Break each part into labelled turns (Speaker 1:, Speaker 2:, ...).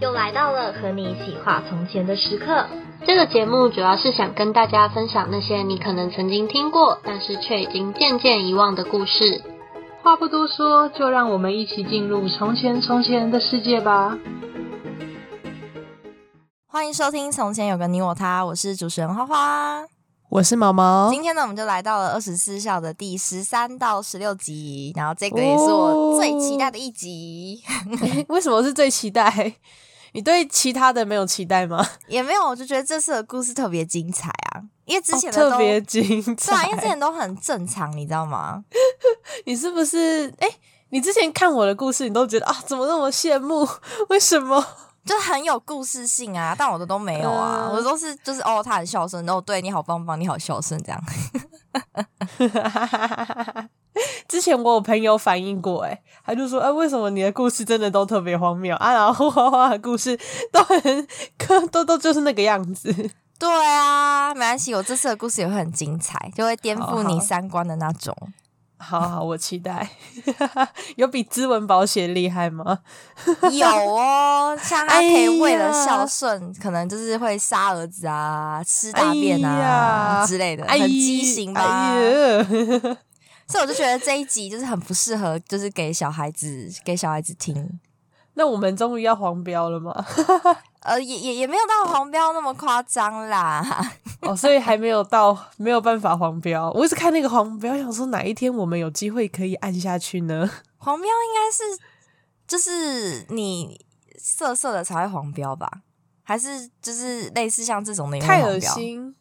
Speaker 1: 又来到了和你一起画从前的时刻。
Speaker 2: 这个节目主要是想跟大家分享那些你可能曾经听过，但是却已经渐渐遗忘的故事。
Speaker 3: 话不多说，就让我们一起进入从前从前的世界吧。
Speaker 4: 欢迎收听《从前有个你我他》，我是主持人花
Speaker 5: 哦
Speaker 4: 花。
Speaker 5: 我是毛毛，
Speaker 4: 今天呢，我们就来到了二十四孝的第十三到十六集，然后这个也是我最期待的一集，
Speaker 5: 哦 为什么是最期待？你对其他的没有期待吗？
Speaker 4: 也没有，我就觉得这次的故事特别精彩啊，因为之前
Speaker 5: 哦
Speaker 4: 的都、
Speaker 5: 特别精
Speaker 4: 对啊，因为之
Speaker 5: 彩。
Speaker 4: 前都很正常，你知道吗？
Speaker 5: 你是不是？哎、你之前看我的故事，你都觉得啊，怎么那么羡慕？ 为什么？
Speaker 4: 就很有故事性啊，但我的都没有啊，
Speaker 5: 嗯
Speaker 4: 我的都是就是哦，他很孝顺，然后对你好棒棒，你好孝顺这样。
Speaker 5: 之前我有朋友反映过、诶哎，他就说，哎、为什么你的故事真的都特别荒谬啊？然后花花的故事都很， 都都就是那个样子。
Speaker 4: 对啊，没关系，我这次的故事也会很精彩，就会颠覆你
Speaker 5: 好好
Speaker 4: 三观的那种。
Speaker 5: 好好，我期待。 有比资文保险厉害吗？
Speaker 4: 有哦，像他可以为了
Speaker 5: 哎呀
Speaker 4: 孝顺，可能就是会杀儿子啊、吃大便
Speaker 5: 哎
Speaker 4: 啊、
Speaker 5: 呀
Speaker 4: 之类的，很畸形吧？
Speaker 5: 哎呀
Speaker 4: 所以我就觉得这一集就是很不适合，就是给小孩子给小孩子听。
Speaker 5: 那我们终于要黄标了吗？
Speaker 4: 呃，也也也没有到黄标那么夸张啦。
Speaker 5: 哦，所以还没有到，没有办法黄标。我一直看那个黄标，想说哪一天我们有机会可以按下去呢？
Speaker 4: 黄标应该是就是你色色的才会黄标吧？还是就是类似像这种的也会
Speaker 5: 太
Speaker 4: 黄
Speaker 5: 恶
Speaker 4: 标
Speaker 5: 心，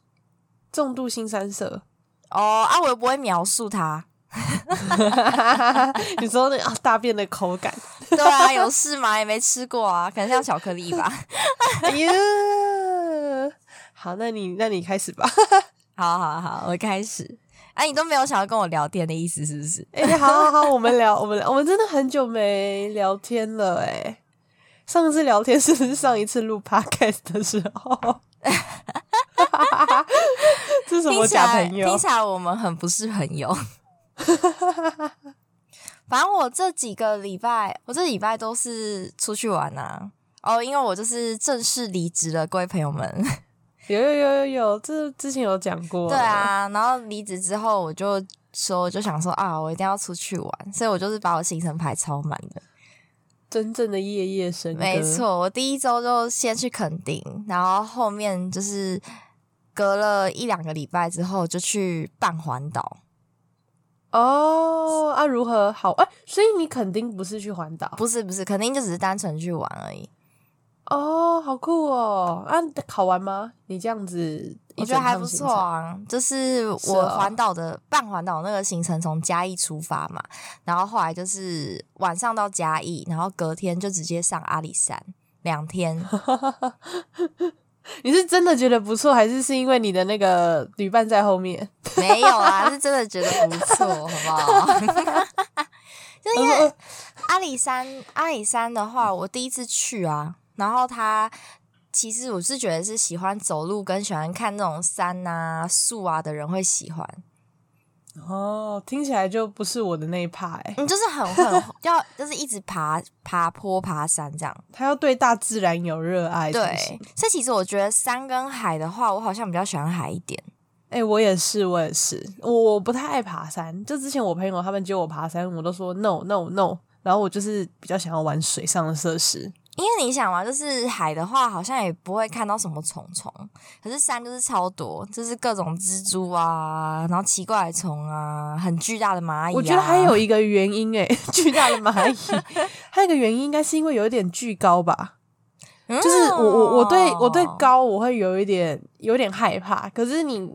Speaker 5: 重度新三色。
Speaker 4: 哦啊！我又不会描述它。
Speaker 5: 你说那啊大便的口 感，
Speaker 4: 对啊，有事吗？也没吃过啊，可能像巧克力吧。
Speaker 5: 哎呀，好，那你那你开始吧。
Speaker 4: 好好好，我开始。哎、你都没有想要跟我聊天的意思，是不是？
Speaker 5: 哎、好好好，我们聊，我们聊我们真的很久没聊天了哎、上次聊天是不是上一次录 podcast 的时候？ 这是什么
Speaker 4: 听起
Speaker 5: 假
Speaker 4: 来
Speaker 5: 朋友
Speaker 4: 听？起来我们很不是朋友。 反正我这几个礼拜，我这礼拜都是出去玩啊。哦，因为我就是正式离职了，各位朋友们。
Speaker 5: 有有有有有，这之前有讲过。
Speaker 4: 对，啊，然后离职之后，我就说，就想说啊，我一定要出去玩，所以我就是把我行程排超满的。
Speaker 5: 真正的夜夜笙歌。
Speaker 4: 没，错，我第一周就先去垦丁，然后后面就是隔了一两个礼拜之后就去半环岛，
Speaker 5: 哦啊，如何好？哎、所以你肯定不是去环岛
Speaker 4: 不是不是，垦丁就只是单纯去玩而已。
Speaker 5: 哦，好酷哦！啊，好玩吗？你这样子，
Speaker 4: 我觉得还不错。啊，就是
Speaker 5: 是
Speaker 4: 我
Speaker 5: 哦
Speaker 4: 环岛的、半环岛那个行程从嘉义出发嘛，然后后来就是晚上到嘉义，然后隔天就直接上阿里山两天。
Speaker 5: 你是真的觉得不错，还是是因为你的那个旅伴在后面？
Speaker 4: 没有啊，是真的觉得不错，好不好？ 就是因为阿里山，阿里山的话，我第一次去啊，然后它其实我是觉得是喜欢走路跟喜欢看那种山啊、树啊的人会喜欢，
Speaker 5: 哦，听起来就不是我的那一派、欸，
Speaker 4: 你嗯就是很很要就是一直爬爬坡爬山这样。
Speaker 5: 他要对大自然有热爱。
Speaker 4: 对
Speaker 5: 是不是，
Speaker 4: 所以其实我觉得山跟海的话，我好像比较喜欢海一点。
Speaker 5: 哎、我也是，我也是，我我不太爱爬山。就之前我朋友他们揪我爬山，我都说 no no no，然后我就是比较想要玩水上的设施。
Speaker 4: 因为你想嘛，就是海的话，好像也不会看到什么虫虫，可是山就是超多，就是各种蜘蛛啊，然后奇怪的虫啊，很巨大的蚂蚁、啊。
Speaker 5: 我觉得还有一个原因、欸，哎， 巨大的蚂 蚁，还有一个原因应该是因为有一点巨高吧。
Speaker 4: 嗯，哦
Speaker 5: 就是我我我对我对高我会有一点有点害怕，可是你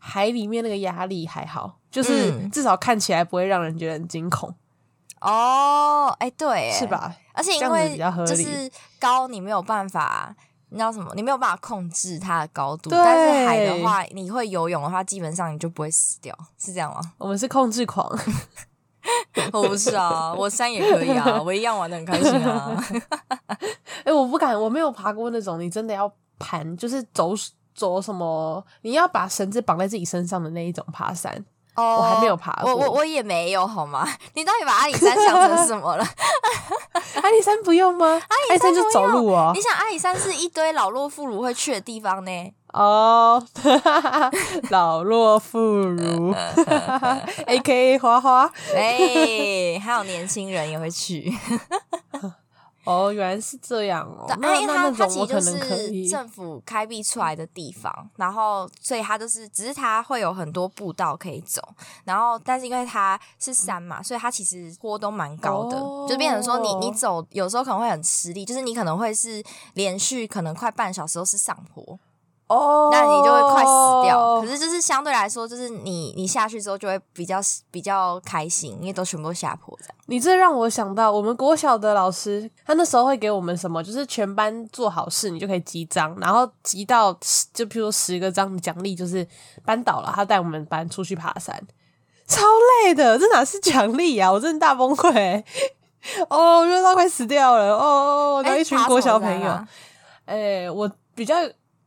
Speaker 5: 海里面那个压力还好，就是
Speaker 4: 嗯
Speaker 5: 至少看起来不会让人觉得很惊恐，
Speaker 4: 哦，哎、对，
Speaker 5: 是？吧？
Speaker 4: 而且因
Speaker 5: 这样子
Speaker 4: 为
Speaker 5: 比较合理
Speaker 4: 就是高，你没有办法，你知道什么？你没有办法控制它的高度。
Speaker 5: 对
Speaker 4: 但是海的话，你会游泳的话，基本上你就不会死掉，是这样吗？
Speaker 5: 我们是控制狂，
Speaker 4: 我不是啊，我山也可以啊，我一样玩的很开心啊。
Speaker 5: 哎、我不敢，我没有爬过那种，你真的要盘，就是走走什么，你要把绳子绑在自己身上的那一种爬山。
Speaker 4: 哦
Speaker 5: 我还没有爬
Speaker 4: 我我
Speaker 5: 过
Speaker 4: 我也没有好吗？你到底把阿里山想成什么了？
Speaker 5: 阿里啊山不用吗？阿
Speaker 4: 里
Speaker 5: 山
Speaker 4: 山
Speaker 5: 就走路 哦
Speaker 4: 你。想阿里山是一堆老弱妇孺会去的地 方呢，
Speaker 5: 哦， 老弱妇 孺，A K A 花花。
Speaker 4: 哎，还有年轻人也会去。
Speaker 5: 哦，原来是这样哦。
Speaker 4: 对，哎
Speaker 5: 那
Speaker 4: 因为
Speaker 5: 那
Speaker 4: 它
Speaker 5: 那
Speaker 4: 它
Speaker 5: 种
Speaker 4: 其
Speaker 5: 我
Speaker 4: 实就
Speaker 5: 可能可
Speaker 4: 是
Speaker 5: 以。
Speaker 4: 政府开辟出来的地方，然后所以它就是只是它会有很多步道可以走，然后但是因为它是山嘛，所以它其实坡都蛮高的，
Speaker 5: 哦
Speaker 4: 就变成说你你走有时候可能会很吃力，就是你可能会是连续可能快半小时都是上坡，
Speaker 5: 哦，
Speaker 4: 那你就会快死掉。可是就是相对来说，就是你你下去之后就会比较比较开心，因为都全部都下坡这样。
Speaker 5: 你这让我想到，我们国小的老师，他那时候会给我们什么？就是全班做好事，你就可以集章，然后集到十就譬如十个章，奖励就是班倒了，他带我们班出去爬山，超累的，这哪是奖励啊？我真的大崩溃、哦，我热到快死掉了！哦哦，哦然后
Speaker 4: 哎
Speaker 5: 一群
Speaker 4: 爬什
Speaker 5: 国
Speaker 4: 么
Speaker 5: 小朋
Speaker 4: 山
Speaker 5: 友，
Speaker 4: 啊
Speaker 5: 诶、我比较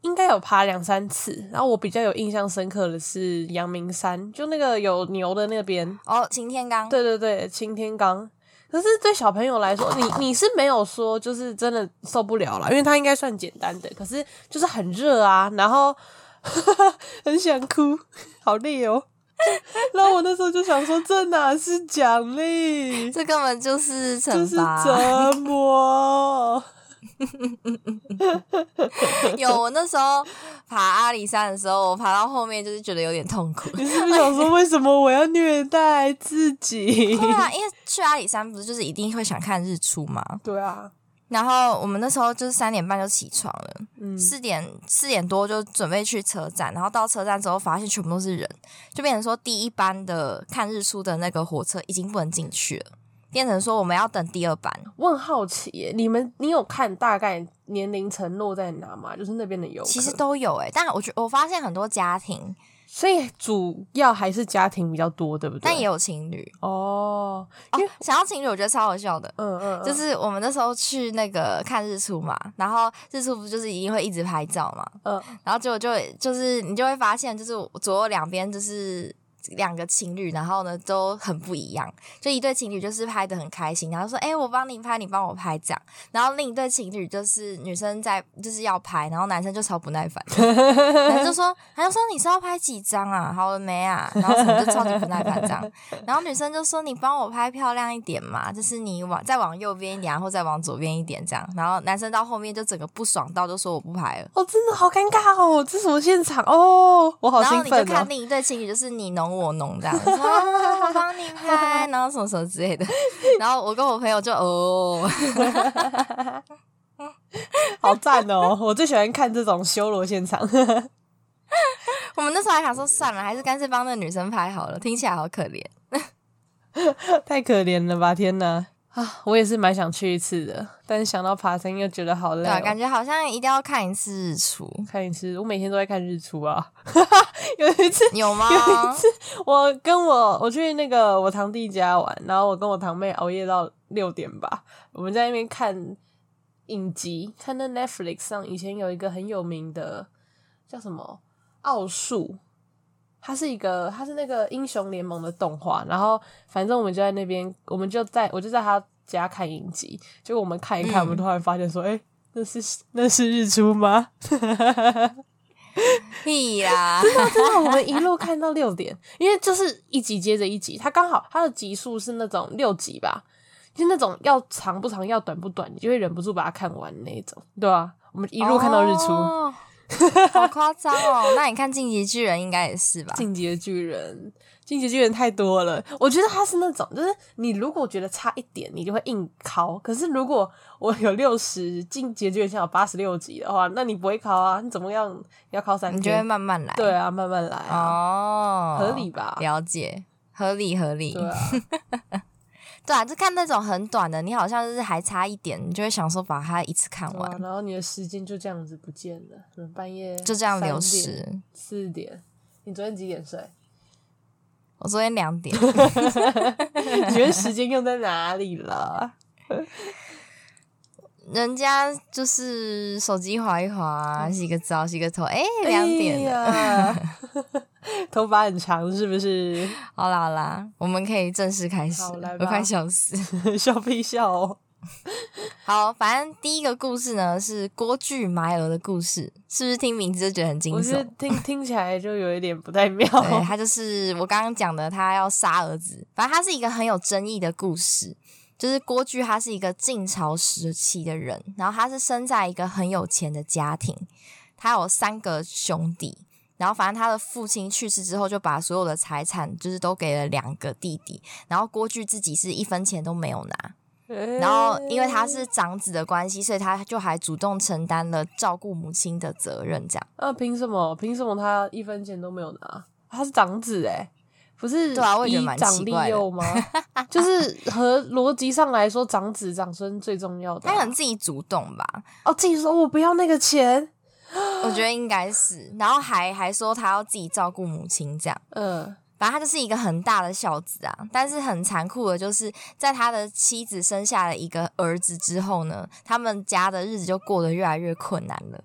Speaker 5: 应该有爬两三次，然后我比较有印象深刻的是阳明山，就那个有牛的那边，
Speaker 4: 哦，擎天岗，
Speaker 5: 对对对，擎天岗。可是对小朋友来说，你你是没有说就是真的受不了了，因为它应该算简单的，可是就是很热啊，然后 很想哭，好累哦。然后我那时候就想说，这哪是奖励，
Speaker 4: 这根本就是
Speaker 5: 这
Speaker 4: 惩
Speaker 5: 是
Speaker 4: 罚。
Speaker 5: 折 磨。
Speaker 4: 有，我那时候爬阿里山的时候，我爬到后面就是觉得有点痛苦。
Speaker 5: 你是不是想说，为什么我要虐待自己？
Speaker 4: 对啊，因为去阿里山不是就是一定会想看日出嘛。
Speaker 5: 对啊，
Speaker 4: 然后我们那时候就是三点半就起床了，
Speaker 5: 嗯，
Speaker 4: 四点四点多就准备去车站，然后到车站之后发现全部都是人，就变成说第一班的看日出的那个火车已经不能进去了，变成说我们要等第二班。
Speaker 5: 我很好奇耶，你们你有看大概年龄层落在哪吗？就是那边的游客，
Speaker 4: 其实都有诶、但我觉我发现很多家庭，
Speaker 5: 所以主要还是家庭比较多，对不对？
Speaker 4: 但也有情侣。
Speaker 5: 哦，
Speaker 4: 哦，想要情侣，我觉得超好笑的。
Speaker 5: 嗯嗯，嗯
Speaker 4: 就是我们那时候去那个看日出嘛，然后日出不就是一定会一直拍照嘛，
Speaker 5: 嗯
Speaker 4: 然后结果就会就是你就会发现，就是左右两边就是两个情侣，然后呢都很不一样，就一对情侣就是拍的很开心，然后说哎、我帮你拍，你帮我拍这样，然后另一对情侣就是女生在就是要拍，然后男生就超不耐 烦，男生就说他就说你是要拍几张啊，好了没啊，然后什么就超级不耐烦这样，然后女生就说：“你帮我拍漂亮一点嘛，就是你往再往右边一点，然啊后再往左边一点这样。”然后男生到后面就整个不爽到就说：“我不拍了。
Speaker 5: 哦，真的好尴尬哦，这什么现场哦，我”好
Speaker 4: 然后
Speaker 5: 兴
Speaker 4: 你就
Speaker 5: 奋
Speaker 4: 看
Speaker 5: 哦。
Speaker 4: 另一对情侣，就是你侬我侬这样，说啊我帮你拍，然后什么什么之类的。然后我跟我朋友就哦，
Speaker 5: 好赞哦！我最喜欢看这种修罗现场。
Speaker 4: 我们那时候还想说算了，还是干脆帮那个女生拍好了，听起来好可怜。
Speaker 5: 太可怜了吧！天哪啊，我也是蛮想去一次的，但是想到爬山又觉得好累、
Speaker 4: 对
Speaker 5: 哦
Speaker 4: 啊，。感觉好像一定要看一次日出，
Speaker 5: 看一次，我每天都在看日出啊。 有一次，
Speaker 4: 有 吗？
Speaker 5: 我跟我我去那个我堂弟家玩，然后我跟我堂妹熬夜到六点吧，我们在那边看影集，看那 Netflix 上以前有一个很有名的叫什么奥数。它是一个，它是那个英雄联盟的动画，然后反正我们就在那边，我们就在我就在他家看影集，结果我们看一看，
Speaker 4: 嗯
Speaker 5: 我们突然发现说，哎、那是那是日出吗？
Speaker 4: 屁啦！
Speaker 5: 真的，我们一路看到六点，因为就是一集接着一集，它刚好它的集数是那种六集吧，就那种要长不长，要短不短，你就会忍不住把它看完那一种，对啊，我 们一路看到日出，
Speaker 4: 哦好夸张哦！那你看《进击巨人》应该也是吧？
Speaker 5: 进击的巨人》，《进击的巨人》太多了，我觉得它是那种，就是你如果觉得差一点，你就会硬考，可是如果我有六十，《进击的巨人》像有八十六集的话，那你不会考啊，你怎么样要考三
Speaker 4: 你就会
Speaker 5: 天？
Speaker 4: 慢慢来。
Speaker 5: 对啊，慢慢来啊，
Speaker 4: 哦，
Speaker 5: 合理吧？
Speaker 4: 了解，合理合理。
Speaker 5: 对啊。
Speaker 4: 对啊，就看那种很短的，你好像就是还差一点，你就会想说把它一次看
Speaker 5: 哇
Speaker 4: 完，，
Speaker 5: 然后你的时间就这样子不见了，可能半夜
Speaker 4: 就这样流
Speaker 5: 三点。
Speaker 4: 失。
Speaker 5: 四点，你昨天几点 睡？
Speaker 4: 我昨天两 点，
Speaker 5: 你觉得时间用在哪里了？
Speaker 4: 人家就是手机划一
Speaker 5: 嗯
Speaker 4: 划，洗个澡，洗个头，哎，两点了。
Speaker 5: 哎呀 头发很长是不是？
Speaker 4: 好啦好啦，我们可以正式开始
Speaker 5: 好
Speaker 4: 了
Speaker 5: 来，吧
Speaker 4: 我快笑死。
Speaker 5: 笑屁笑哦！
Speaker 4: 好，反正第一个故事呢是郭巨埋鹅的故事，是不是听名字就觉得很惊
Speaker 5: 我觉得
Speaker 4: 悚？
Speaker 5: 听听起来就有一点不太妙。
Speaker 4: 对，他就是我刚刚讲的，他要杀儿子。反正他是一个很有争议的故事。就是郭巨，他是一个晋朝时期的人，然后他是生在一个很有钱的家庭，他有三个兄弟。然后反正他的父亲去世之后，就把所有的财产就是都给了两个弟弟，然后郭巨自己是一分钱都没有拿。
Speaker 5: 嗯
Speaker 4: 然后因为他是长子的关系，所以他就还主动承担了照顾母亲的责任，这样。
Speaker 5: 那哎啊凭什么？凭什么他一分钱都没有拿？他是长子哎、不是
Speaker 4: 对啊我也觉得
Speaker 5: 以
Speaker 4: 蛮
Speaker 5: 长
Speaker 4: 奇
Speaker 5: 利
Speaker 4: 怪的
Speaker 5: 幼吗？ 就是和逻辑上来说，长子长孙最重要的啊、
Speaker 4: 他可能自己主动吧，
Speaker 5: 哦，自己说我不要那个钱，
Speaker 4: 我觉得应该是。然后还还说他要自己照顾母亲，这样。
Speaker 5: 嗯，
Speaker 4: 反正他就是一个很大的孝子啊，但是很残酷的，就是在他的妻子生下了一个儿子之后呢，他们家的日子就过得越来越困难了，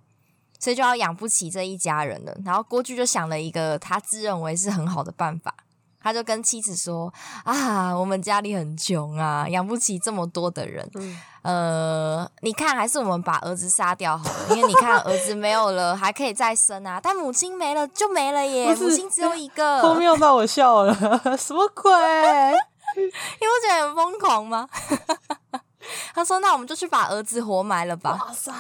Speaker 4: 所以就要养不起这一家人了。然后郭巨就想了一个他自认为是很好的办法，他就跟妻子说：“啊，我们家里很穷啊，养不起这么多的人，
Speaker 5: 嗯
Speaker 4: 呃，你看还是我们把儿子杀掉好了，因为你看儿子没有了还可以再生啊， 但母亲没了就没了耶，
Speaker 5: 不
Speaker 4: 母
Speaker 5: 是
Speaker 4: 亲只有一个。”
Speaker 5: 荒谬到我笑了， 什么鬼？
Speaker 4: 你不觉得很疯狂吗？ 他说：“那我们就去把儿子活埋了 吧。
Speaker 5: 哇塞！”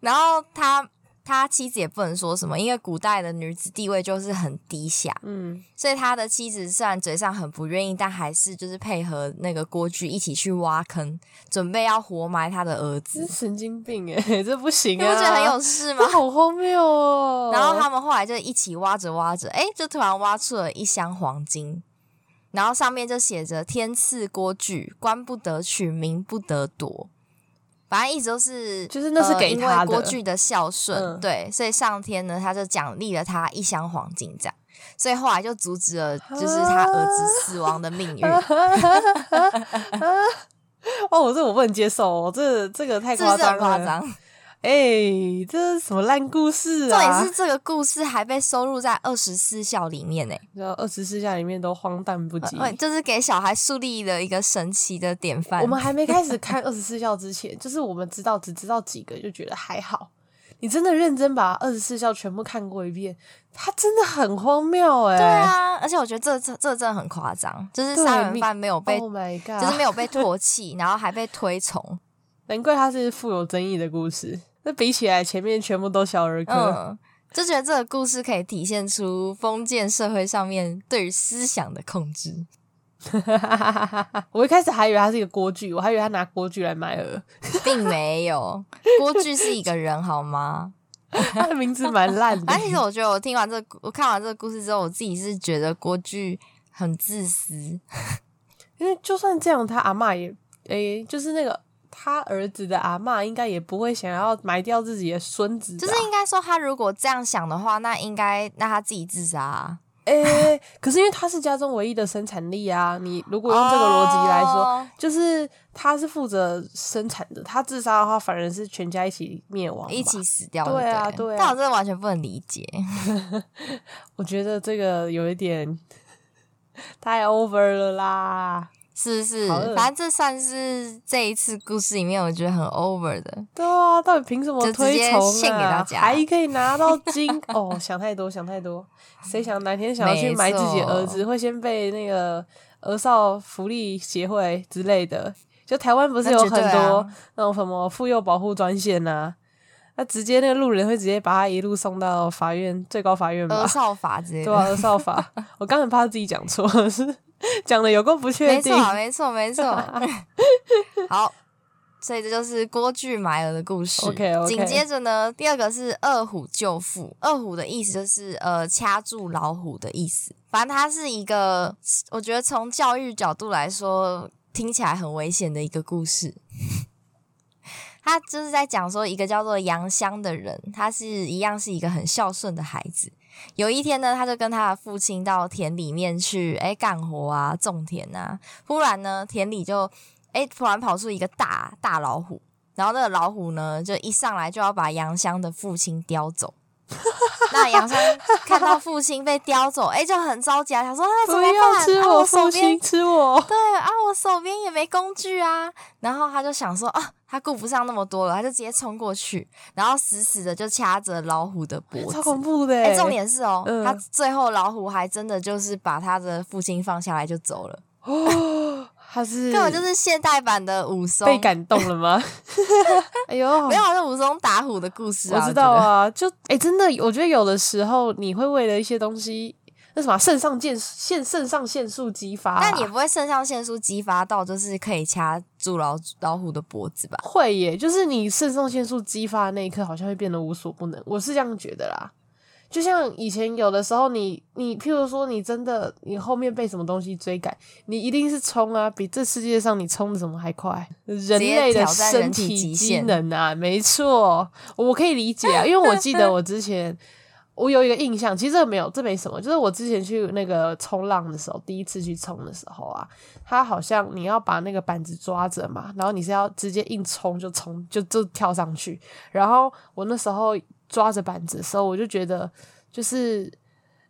Speaker 4: 然后他他妻子也不能说什么，因为古代的女子地位就是很低下，
Speaker 5: 嗯，
Speaker 4: 所以他的妻子虽然嘴上很不愿意，但还是就是配合那个郭巨一起去挖坑，准备要活埋他的儿
Speaker 5: 这
Speaker 4: 子
Speaker 5: 是。啊神经病哎、 这不行
Speaker 4: 你
Speaker 5: 啊！
Speaker 4: 不觉得很有事吗
Speaker 5: 这？好荒谬哦。
Speaker 4: 然后他们后来就一起挖着挖着，哎，就突然挖出了一箱黄金，然后上面就写着“天赐郭巨，官不得取，民不得夺”。反正一直都是，
Speaker 5: 就是那是
Speaker 4: 呃
Speaker 5: 给
Speaker 4: 因为
Speaker 5: 他的
Speaker 4: 郭巨的孝顺，
Speaker 5: 嗯
Speaker 4: 对，所以上天呢，他就奖励了他一箱黄金，这样，所以后来就阻止了，就是他儿
Speaker 5: 啊
Speaker 4: 子死亡的命运。
Speaker 5: 哦，这我不能接受哦，这这个太
Speaker 4: 是不
Speaker 5: 夸
Speaker 4: 是
Speaker 5: 张
Speaker 4: 很
Speaker 5: 了，
Speaker 4: 夸张？
Speaker 5: 哎、这是什么烂故事
Speaker 4: 重点
Speaker 5: 啊
Speaker 4: 是！这个故事还被收录在二十四孝里面呢、
Speaker 5: 你知道二十四孝里面都荒诞不
Speaker 4: 呃
Speaker 5: 羁。
Speaker 4: 就是给小孩树立了一个神奇的典范。
Speaker 5: 我们还没开始看二十四孝之前，就是我们知道只知道几个就觉得还好。你真的认真把二十四孝全部看过一遍，它真的很荒谬哎、
Speaker 4: 对啊，而且我觉得这这这真的很夸张，就是
Speaker 5: 对
Speaker 4: 杀人
Speaker 5: 你
Speaker 4: 犯没有被，
Speaker 5: ，Oh my god！
Speaker 4: 就是没有被唾弃，然后还被推崇。
Speaker 5: 难怪它是富有争议的故事。那比起来，前面全部都小儿科。
Speaker 4: 嗯，就觉得这个故事可以体现出封建社会上面对于思想的控 制。嗯
Speaker 5: 我一开始还以为它是一个锅具，我还以为他拿锅具来卖鹅。
Speaker 4: 并没有，郭巨是一个人好 吗？
Speaker 5: 他的名字蛮烂 的
Speaker 4: 反。正其实我觉得，我听完这个，我看完这个故事之后，我自己是觉得郭巨很自私。
Speaker 5: 因为就算这样，他阿嬷也诶、就是那个他儿子的阿嬷应该也不会想要埋掉自己的孙子吧，
Speaker 4: 就是应该说，他如果这样想的话，那应该那他自己自杀、啊。
Speaker 5: 诶、哎可是因为他是家中唯一的生产力啊，你如果用这个逻辑来说，
Speaker 4: 哦
Speaker 5: 就是他是负责生产的，他自杀的话，反而是全家一起灭亡吧，
Speaker 4: 一起死掉，
Speaker 5: 对啊
Speaker 4: 不
Speaker 5: 对啊
Speaker 4: 但我真的完全不能理解，
Speaker 5: 我觉得这个有一点太 over 了啦，
Speaker 4: 是不是
Speaker 5: 好恶？
Speaker 4: 反正这算是这一次故事里面我觉得很 over 的。
Speaker 5: 对啊，到底凭什么
Speaker 4: 就直
Speaker 5: 推
Speaker 4: 接
Speaker 5: 崇啊？
Speaker 4: 献给大家
Speaker 5: 还可以拿到金哦！想太多，想太多。谁想哪天想要去
Speaker 4: 没
Speaker 5: 买自己的儿
Speaker 4: 错
Speaker 5: 子，会先被那个儿少福利协会之类的？就台湾不
Speaker 4: 那
Speaker 5: 是有
Speaker 4: 绝
Speaker 5: 很
Speaker 4: 对
Speaker 5: 多
Speaker 4: 啊
Speaker 5: 那种什么妇幼保护专线呐、那直接那个路人会直接把他一路送到法院，最高法院吧
Speaker 4: 儿？少法之类
Speaker 5: 对啊，
Speaker 4: 的，
Speaker 5: 儿少法。我刚很怕自己讲错，是讲的有够不确
Speaker 4: 没错
Speaker 5: 定。
Speaker 4: 啊，没错，没错。 好，所以这就是郭巨埋儿的故事。
Speaker 5: OK，OK
Speaker 4: 紧接着呢，第二个是二虎救父。二虎的意思就是呃掐住老虎的意思，反正它是一个，我觉得从教育角度来说，听起来很危险的一个故事。 他就是在讲说，一个叫做杨香的人，他是一样是一个很孝顺的孩子。有一天呢，他就跟他的父亲到田里面去，哎，干活啊，种田啊。忽然呢，田里就，哎，突然跑出一个大 大老虎，然后那个老虎呢，就一上来就要把杨香的父亲叼走。那杨山看到父亲被叼走，哎、就很着急啊，想说啊怎
Speaker 5: 不
Speaker 4: 么
Speaker 5: 要
Speaker 4: 办？
Speaker 5: 吃
Speaker 4: 啊，
Speaker 5: 我
Speaker 4: 手
Speaker 5: 父
Speaker 4: 边
Speaker 5: 亲，吃我。
Speaker 4: 对啊，我手边也没工具啊。然后他就想说啊，他顾不上那么多了，他就直接冲过去，然后死死的就掐着老虎的脖子。
Speaker 5: 超恐怖的、
Speaker 4: 哎、
Speaker 5: 欸
Speaker 4: 重点是哦，
Speaker 5: 嗯
Speaker 4: 他最后老虎还真的就是把他的父亲放下来就走了，
Speaker 5: 哦，他是
Speaker 4: 根本就是现代版的武松。
Speaker 5: 被感动了吗？ 哎呦，好
Speaker 4: 没有，是武松打虎的故事啊。
Speaker 5: 我知道
Speaker 4: 觉得，
Speaker 5: 啊，就哎、真的，我觉得有的时候你会为了一些东西，那什么啊肾上腺腺肾上腺素激发啊、
Speaker 4: 但也不会肾上腺素激发到就是可以掐住老老虎的脖子吧？
Speaker 5: 会耶，就是你肾上腺素激发的那一刻，好像会变得无所不能。我是这样觉得啦。就像以前有的时候你，你譬如说，你真的你后面被什么东西追赶，你一定是冲啊，比这世界上你冲的什么还快。人类的
Speaker 4: 挑战人
Speaker 5: 身
Speaker 4: 体
Speaker 5: 体
Speaker 4: 极
Speaker 5: 机
Speaker 4: 限
Speaker 5: 能啊，没错，我可以理解啊，因为我记得我之前。我有一个印象，其实这个没有，这没什么。就是我之前去那个冲浪的时候，第一次去冲的时候啊，它好像你要把那个板子抓着嘛，然后你是要直接硬冲就冲就就跳上去。然后我那时候抓着板子的时候，我就觉得就是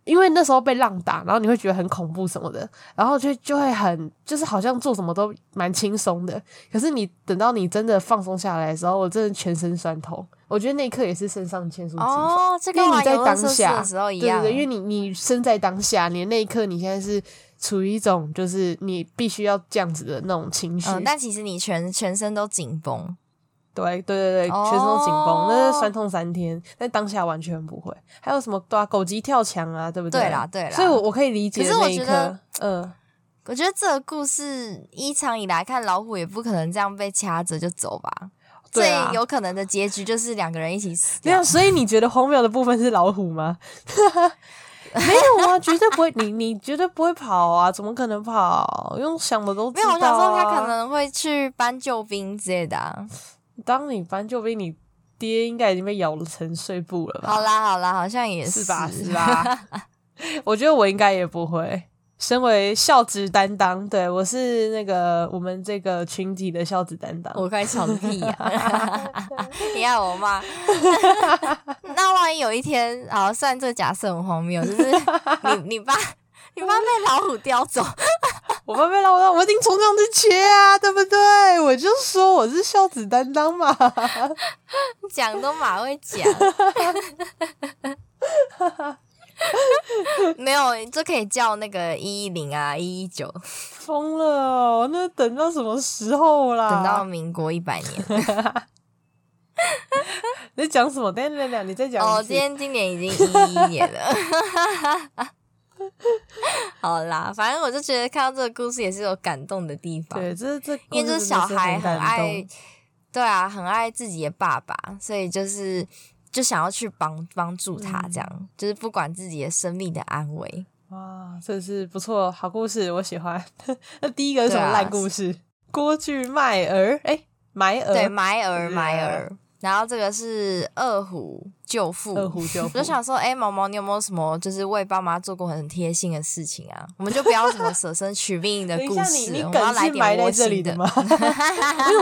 Speaker 5: 因为那时候被浪打，然后你会觉得很恐怖什么的，然后就就会很就是好像做什么都蛮轻松的。可是你等到你真的放松下来的时候，我真的全身酸痛。我觉得那一刻也是肾上腺素激发。
Speaker 4: 哦，这
Speaker 5: 因
Speaker 4: 跟
Speaker 5: 为你
Speaker 4: 玩
Speaker 5: 在
Speaker 4: 游乐
Speaker 5: 当
Speaker 4: 设施
Speaker 5: 下
Speaker 4: 的时候一
Speaker 5: 对
Speaker 4: 样。啊
Speaker 5: 对对，因为你你身在当下，你的那一刻，你现在是处于一种就是你必须要这样子的那种情绪。
Speaker 4: 嗯，但其实你全全身都紧绷，
Speaker 5: 对对对对，
Speaker 4: 哦
Speaker 5: 全身都紧绷，那是酸痛三天，但当下完全不会。还有什么对啊，狗急跳墙啊，对不
Speaker 4: 对
Speaker 5: 对
Speaker 4: 啦对啦
Speaker 5: 所以我我可以理解
Speaker 4: 可是我
Speaker 5: 那一
Speaker 4: 觉得
Speaker 5: 刻，嗯，
Speaker 4: 我觉得这个故事依常以来看，老虎也不可能这样被掐着就走吧。
Speaker 5: 对啊
Speaker 4: 最有可能的结局就是两个人一起死
Speaker 5: 对
Speaker 4: 掉
Speaker 5: 啊，。所以你觉得荒谬的部分是老虎吗？ 没有啊，绝对不会，你你绝对不会跑啊，怎么可能跑？用想的都知
Speaker 4: 没
Speaker 5: 道、
Speaker 4: 有，
Speaker 5: 啊。
Speaker 4: 我想说他可能会去搬救兵之类的啊、
Speaker 5: 当你搬救兵，你爹应该已经被咬成碎布了吧？
Speaker 4: 好啦，好啦，好像也
Speaker 5: 是吧？是吧？ 我觉得我应该也不会。身为孝子担当，对我是那个我们这个群体的孝子担当。
Speaker 4: 我快吵个屁呀、 你爱我妈？ 那万一有一天，好，虽然这个假设很荒谬，就是你你爸你爸被老虎叼走，
Speaker 5: 我爸被老到，我一定从中去切啊，对不对？我就说我是孝子担当嘛。
Speaker 4: 讲都马会讲。 没有，就可以叫那个一一零啊，一一九，
Speaker 5: 疯了哦，那等到什么时候啦？
Speaker 4: 等到民国一百年。
Speaker 5: 你在讲什么？等一下等一下，你再讲
Speaker 4: 哦，
Speaker 5: 一次
Speaker 4: 今天今年已经一一年了。 好啦，反正我就觉得看到这个故事也是有感动的地方，
Speaker 5: 对，这这
Speaker 4: 因为
Speaker 5: 故
Speaker 4: 就
Speaker 5: 事
Speaker 4: 是
Speaker 5: 真
Speaker 4: 小
Speaker 5: 的是
Speaker 4: 孩很
Speaker 5: 感
Speaker 4: 爱
Speaker 5: 动，
Speaker 4: 对啊，很爱自己的爸爸，所以就是
Speaker 5: 嗯
Speaker 4: 就想要去帮帮助他，这样、就是不管自己的生命的安危。
Speaker 5: 哇，这是不错，好故事，我喜欢。 那第一个是什么
Speaker 4: 对啊
Speaker 5: 烂故事？郭巨卖儿，哎、埋儿，
Speaker 4: 对，埋儿
Speaker 5: 是
Speaker 4: 埋
Speaker 5: 啊
Speaker 4: 儿，然后这个是二虎舅父，
Speaker 5: 二虎舅
Speaker 4: 我
Speaker 5: 父
Speaker 4: 就。想说，哎、毛毛，你有没有什么就是为爸妈做过很贴心的事情啊？我们就不要什么舍身取命的
Speaker 5: 等一
Speaker 4: 故
Speaker 5: 下，你
Speaker 4: 事，
Speaker 5: 你
Speaker 4: 我们要
Speaker 5: 梗
Speaker 4: 来
Speaker 5: 是埋
Speaker 4: 点
Speaker 5: 在
Speaker 4: 窝
Speaker 5: 这里
Speaker 4: 心
Speaker 5: 的
Speaker 4: 的
Speaker 5: 吗？ 我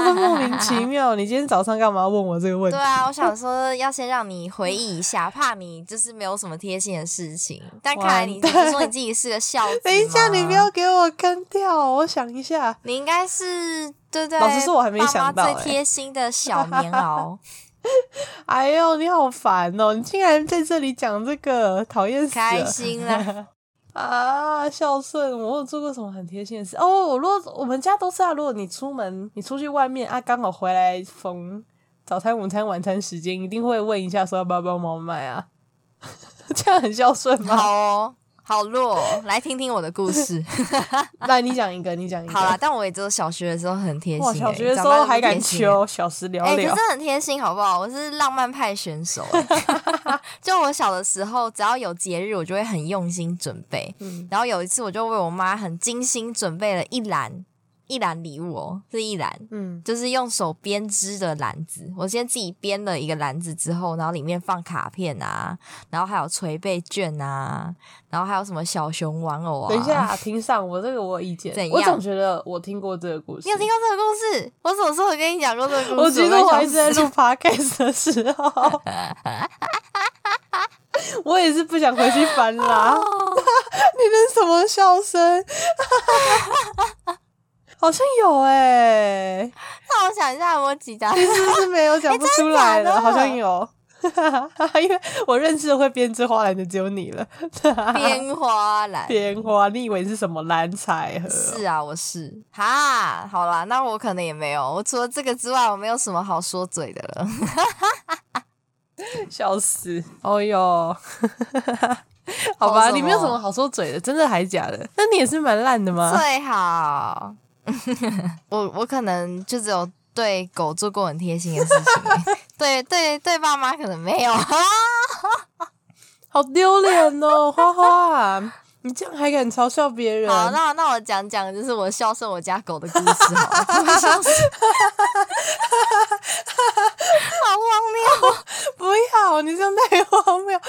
Speaker 5: 怎么莫名其妙？你今天早上干嘛问我这个问题
Speaker 4: 对？啊，我想说要先让你回忆一下，怕你就是没有什么贴心的事情。但看来你
Speaker 5: 完
Speaker 4: 不
Speaker 5: 蛋
Speaker 4: 是说你自己是个孝子，
Speaker 5: 等一下，你不要，给我坑掉，我想一下。
Speaker 4: 你应该是对对。
Speaker 5: 老实说我还没想到
Speaker 4: 爸妈
Speaker 5: 哎
Speaker 4: 最贴心的小棉 袄，
Speaker 5: 哎呦，你好烦哦！你竟然在这里讲这个，讨厌死了！
Speaker 4: 开心啦！
Speaker 5: 啊，孝顺！我有做过什么很贴心的事哦？我如果我们家都是啊，如果你出门，你出去外面啊，刚好回来逢早餐、午餐、晚餐时间，一定会问一下说要不要帮忙买啊。 这样很孝顺
Speaker 4: 好
Speaker 5: 吗？
Speaker 4: 哦，好弱哦、来听听我的故 事。
Speaker 5: 来，你讲一个，你讲一个。
Speaker 4: 好啦，但我也只有小学的时候很贴心、
Speaker 5: 哇，
Speaker 4: 欸，
Speaker 5: 小学的时
Speaker 4: 长大就
Speaker 5: 候
Speaker 4: 不
Speaker 5: 还敢
Speaker 4: 贴心了
Speaker 5: 求小时聊
Speaker 4: 哎、
Speaker 5: 聊
Speaker 4: 可，是很贴心，好不好？我是浪漫派选手、欸 就我小的时候，只要有节日，我就会很用心准备。
Speaker 5: 嗯
Speaker 4: 然后有一次，我就为我妈很精心准备了一篮一篮礼物哦，是一篮，
Speaker 5: 嗯，
Speaker 4: 就是用手编织的篮子。我先自己编了一个篮子之后，然后里面放卡片啊，然后还有捶背券啊，然后还有什么小熊玩偶啊。
Speaker 5: 等一，下，庭上我这个我有意见
Speaker 4: 怎，
Speaker 5: 我
Speaker 4: 样
Speaker 5: 总觉得我听过这个故事，
Speaker 4: 你有听过这个故事？我什么时候有跟你讲过这个故事？
Speaker 5: 我觉得我
Speaker 4: 快
Speaker 5: 还
Speaker 4: 笑
Speaker 5: 是在
Speaker 4: 死
Speaker 5: 录 podcast 的时候， 我也是不想回去翻啦。 你那什么笑声？好像有哎、
Speaker 4: 那我想一下有没有几张，
Speaker 5: 其实是没有讲不出来
Speaker 4: 欸真的假的
Speaker 5: 好像有。 因为我认识会编织花篮的只有你了。
Speaker 4: 编花篮。
Speaker 5: 编花，你以为是什么蓝采和？
Speaker 4: 是啊，我是哈，好啦，那我可能也没有，我除了这个之外，我没有什么好说嘴的了。
Speaker 5: 笑死！哦哟， 好
Speaker 4: 好
Speaker 5: 吧，
Speaker 4: 什么
Speaker 5: 你没有什么好说嘴的，真的还假的？那你也是蛮烂的吗？
Speaker 4: 最好，我我可能就只有对狗做过很贴心的事情 欸，对对对，爸妈可能没有。
Speaker 5: 好丢脸哦， 花花，你这样还敢嘲笑别人？
Speaker 4: 好，那那我讲讲就是我孝顺我家狗的故事好了，我孝顺好荒
Speaker 5: 不要，你这样太荒谬！
Speaker 4: 谬，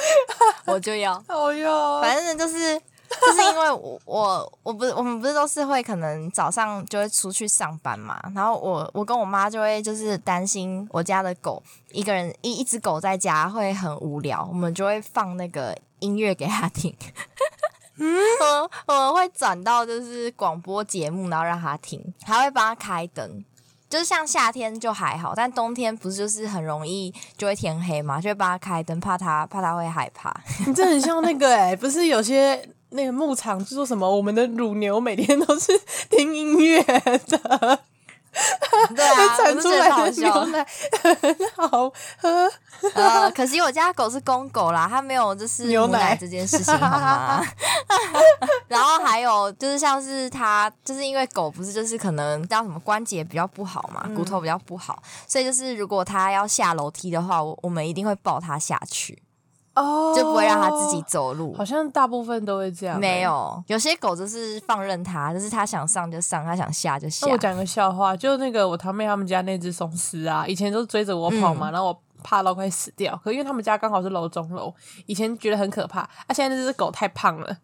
Speaker 4: 我就要。
Speaker 5: 哦哟，
Speaker 4: 反正就是就是因为我我我不是我们不是都是会可能早上就会出去上班嘛，然后我我跟我妈就会就是担心我家的狗一个人一一只狗在家会很无聊，我们就会放那个音乐给它听。嗯， 我我们会转到就是广播节目，然后让它听，还会帮它开灯。就是像夏天就还好，但冬天不是就是很容易就会天黑嘛，就会帮它开灯，怕它怕它会害怕。
Speaker 5: 你这很像那个哎、不是有些那个牧场是说什么？我们的乳牛每天都是听音乐
Speaker 4: 啊
Speaker 5: 的，
Speaker 4: 对啊，我
Speaker 5: 产
Speaker 4: 就
Speaker 5: 出
Speaker 4: 觉得
Speaker 5: 来
Speaker 4: 很好
Speaker 5: 的
Speaker 4: 笑
Speaker 5: 牛。奶 好喝。
Speaker 4: 呃，可惜我家狗是公狗啦，它没有就是
Speaker 5: 牛
Speaker 4: 母
Speaker 5: 奶
Speaker 4: 奶这件事情，好吗？ 然后还有就是像是它，就是因为狗不是就是可能叫什么关节比较不好
Speaker 5: 嗯
Speaker 4: 嘛，骨头比较不好，所以就是如果它要下楼梯的话，我我们一定会抱它下去，
Speaker 5: 哦
Speaker 4: 就不会让它自己。走路。
Speaker 5: 好像大部分都会这样、
Speaker 4: 没。有，有些狗就是放任它，就是它想上就上，它想下就下
Speaker 5: 那。我讲个笑话，就那个我堂妹他们家那只松狮啊，以前都追着我跑
Speaker 4: 嗯
Speaker 5: 嘛，然后我怕到快死掉。可因为他们家刚好是楼中楼，以前觉得很可怕，啊，现在那只狗太胖了，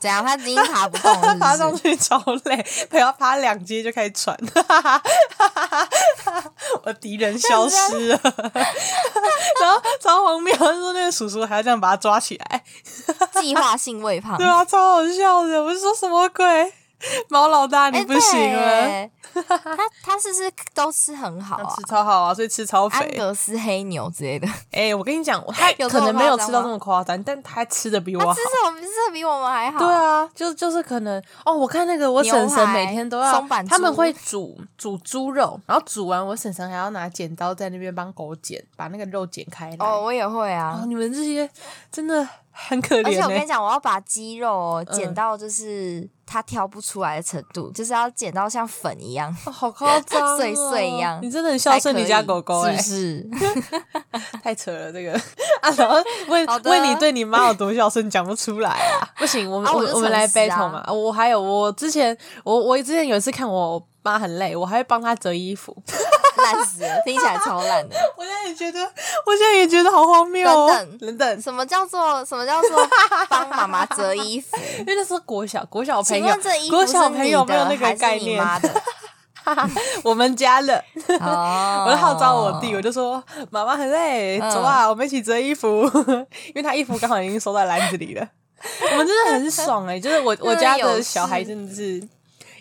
Speaker 4: 怎样？它已经爬不动了，是不
Speaker 5: 爬
Speaker 4: 是
Speaker 5: 上去超累，陪它爬两阶就开始喘，我敌人消失了，然后超荒谬，他说那个叔叔还要这样把它抓起来，
Speaker 4: 计划性喂胖
Speaker 5: 对。啊，超好笑的，我是说什么鬼？毛老大
Speaker 4: 哎
Speaker 5: 你不行了，
Speaker 4: 对它它是不是都吃很好啊
Speaker 5: 吃？超好啊，所以吃超
Speaker 4: 安
Speaker 5: 肥。
Speaker 4: 格斯黑牛之类的，吃
Speaker 5: 哎、我跟你讲，他
Speaker 4: 有这
Speaker 5: 可
Speaker 4: 么
Speaker 5: 能没有吃
Speaker 4: 夸
Speaker 5: 到
Speaker 4: 张吗
Speaker 5: 那么夸张，但他吃的比我好。
Speaker 4: 什么？吃的比我们还好。
Speaker 5: 对，啊，就就是可能哦，我看那个我婶
Speaker 4: 牛
Speaker 5: 婶
Speaker 4: 排
Speaker 5: 每天都要
Speaker 4: 松板，猪
Speaker 5: 他们会煮煮猪肉，然后煮完我婶婶还要拿剪刀在那边帮狗剪，把那个肉剪开来。
Speaker 4: 哦，我也会
Speaker 5: 哦
Speaker 4: 啊。
Speaker 5: 你们这些真的很可
Speaker 4: 而且
Speaker 5: 怜欸
Speaker 4: 我跟你
Speaker 5: 呢、
Speaker 4: 讲，我要把鸡肉哦
Speaker 5: 嗯
Speaker 4: 剪到就是它挑不出来的程度，就是要剪到像粉一样，
Speaker 5: 哦，好夸张、哦，
Speaker 4: 碎碎一样
Speaker 5: 你真的很孝
Speaker 4: 才
Speaker 5: 顺
Speaker 4: 可
Speaker 5: 你
Speaker 4: 以
Speaker 5: 家狗狗哎、
Speaker 4: 是不是？
Speaker 5: 太扯了这个 啊！然后为
Speaker 4: 好的
Speaker 5: 为你对你妈有多孝顺讲不出来啊！ 不行，我们、
Speaker 4: 啊
Speaker 5: 我
Speaker 4: 我就
Speaker 5: 我们来
Speaker 4: 诚实啊
Speaker 5: battle 嘛！我还有我之前我我之前有一次看我妈很累，我还会帮她折衣服。
Speaker 4: 烂死了，听起来超烂的。
Speaker 5: 我现在也觉得，我现在也觉得好荒谬哦！
Speaker 4: 等
Speaker 5: 等等，
Speaker 4: 什么叫做什么叫做帮妈妈折衣 服？
Speaker 5: 因为那时候国小国小朋
Speaker 4: 请
Speaker 5: 友
Speaker 4: 问这衣服
Speaker 5: 国小
Speaker 4: 是
Speaker 5: 朋
Speaker 4: 你
Speaker 5: 友没有
Speaker 4: 的
Speaker 5: 那个
Speaker 4: 还
Speaker 5: 概
Speaker 4: 是你
Speaker 5: 念，
Speaker 4: 妈的？
Speaker 5: 我们家了。
Speaker 4: 哦
Speaker 5: 我就号召我弟，我就说妈妈很累，
Speaker 4: 嗯
Speaker 5: 走啊，我们一起折衣服， 因为他衣服刚好已经收在篮子里了。 我们真的很爽哎、就是我我家的小孩真的是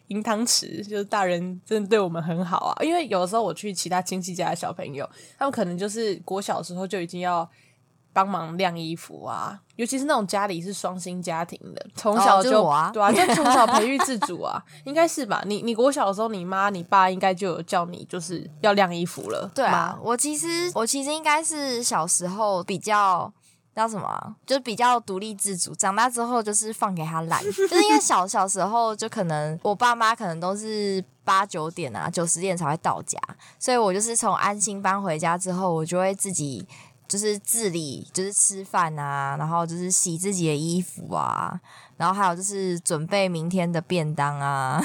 Speaker 5: 银汤匙，就是大人真的对我们很好啊。因为有时候我去其他亲戚家的小朋友，他们可能就是国小的时候就已经要。帮忙晾衣服啊，尤其是那种家里是双薪家庭的，从小
Speaker 4: 哦就是我啊
Speaker 5: 对啊，就从小培育自主啊，应该是吧？你你国小的时候，你妈你爸应该就有叫你就是要晾衣服了，
Speaker 4: 对啊
Speaker 5: 吗，，
Speaker 4: 我其实我其实应该是小时候比较叫什么啊，就是比较独立自主。长大之后就是放给他懒，就是因为小小时候就可能我爸妈可能都是八九点啊九十点才会到家，所以我就是从安心班回家之后，我就会自己。就是自理，就是吃饭啊，然后就是洗自己的衣服啊，然后还有就是准备明天的便当啊，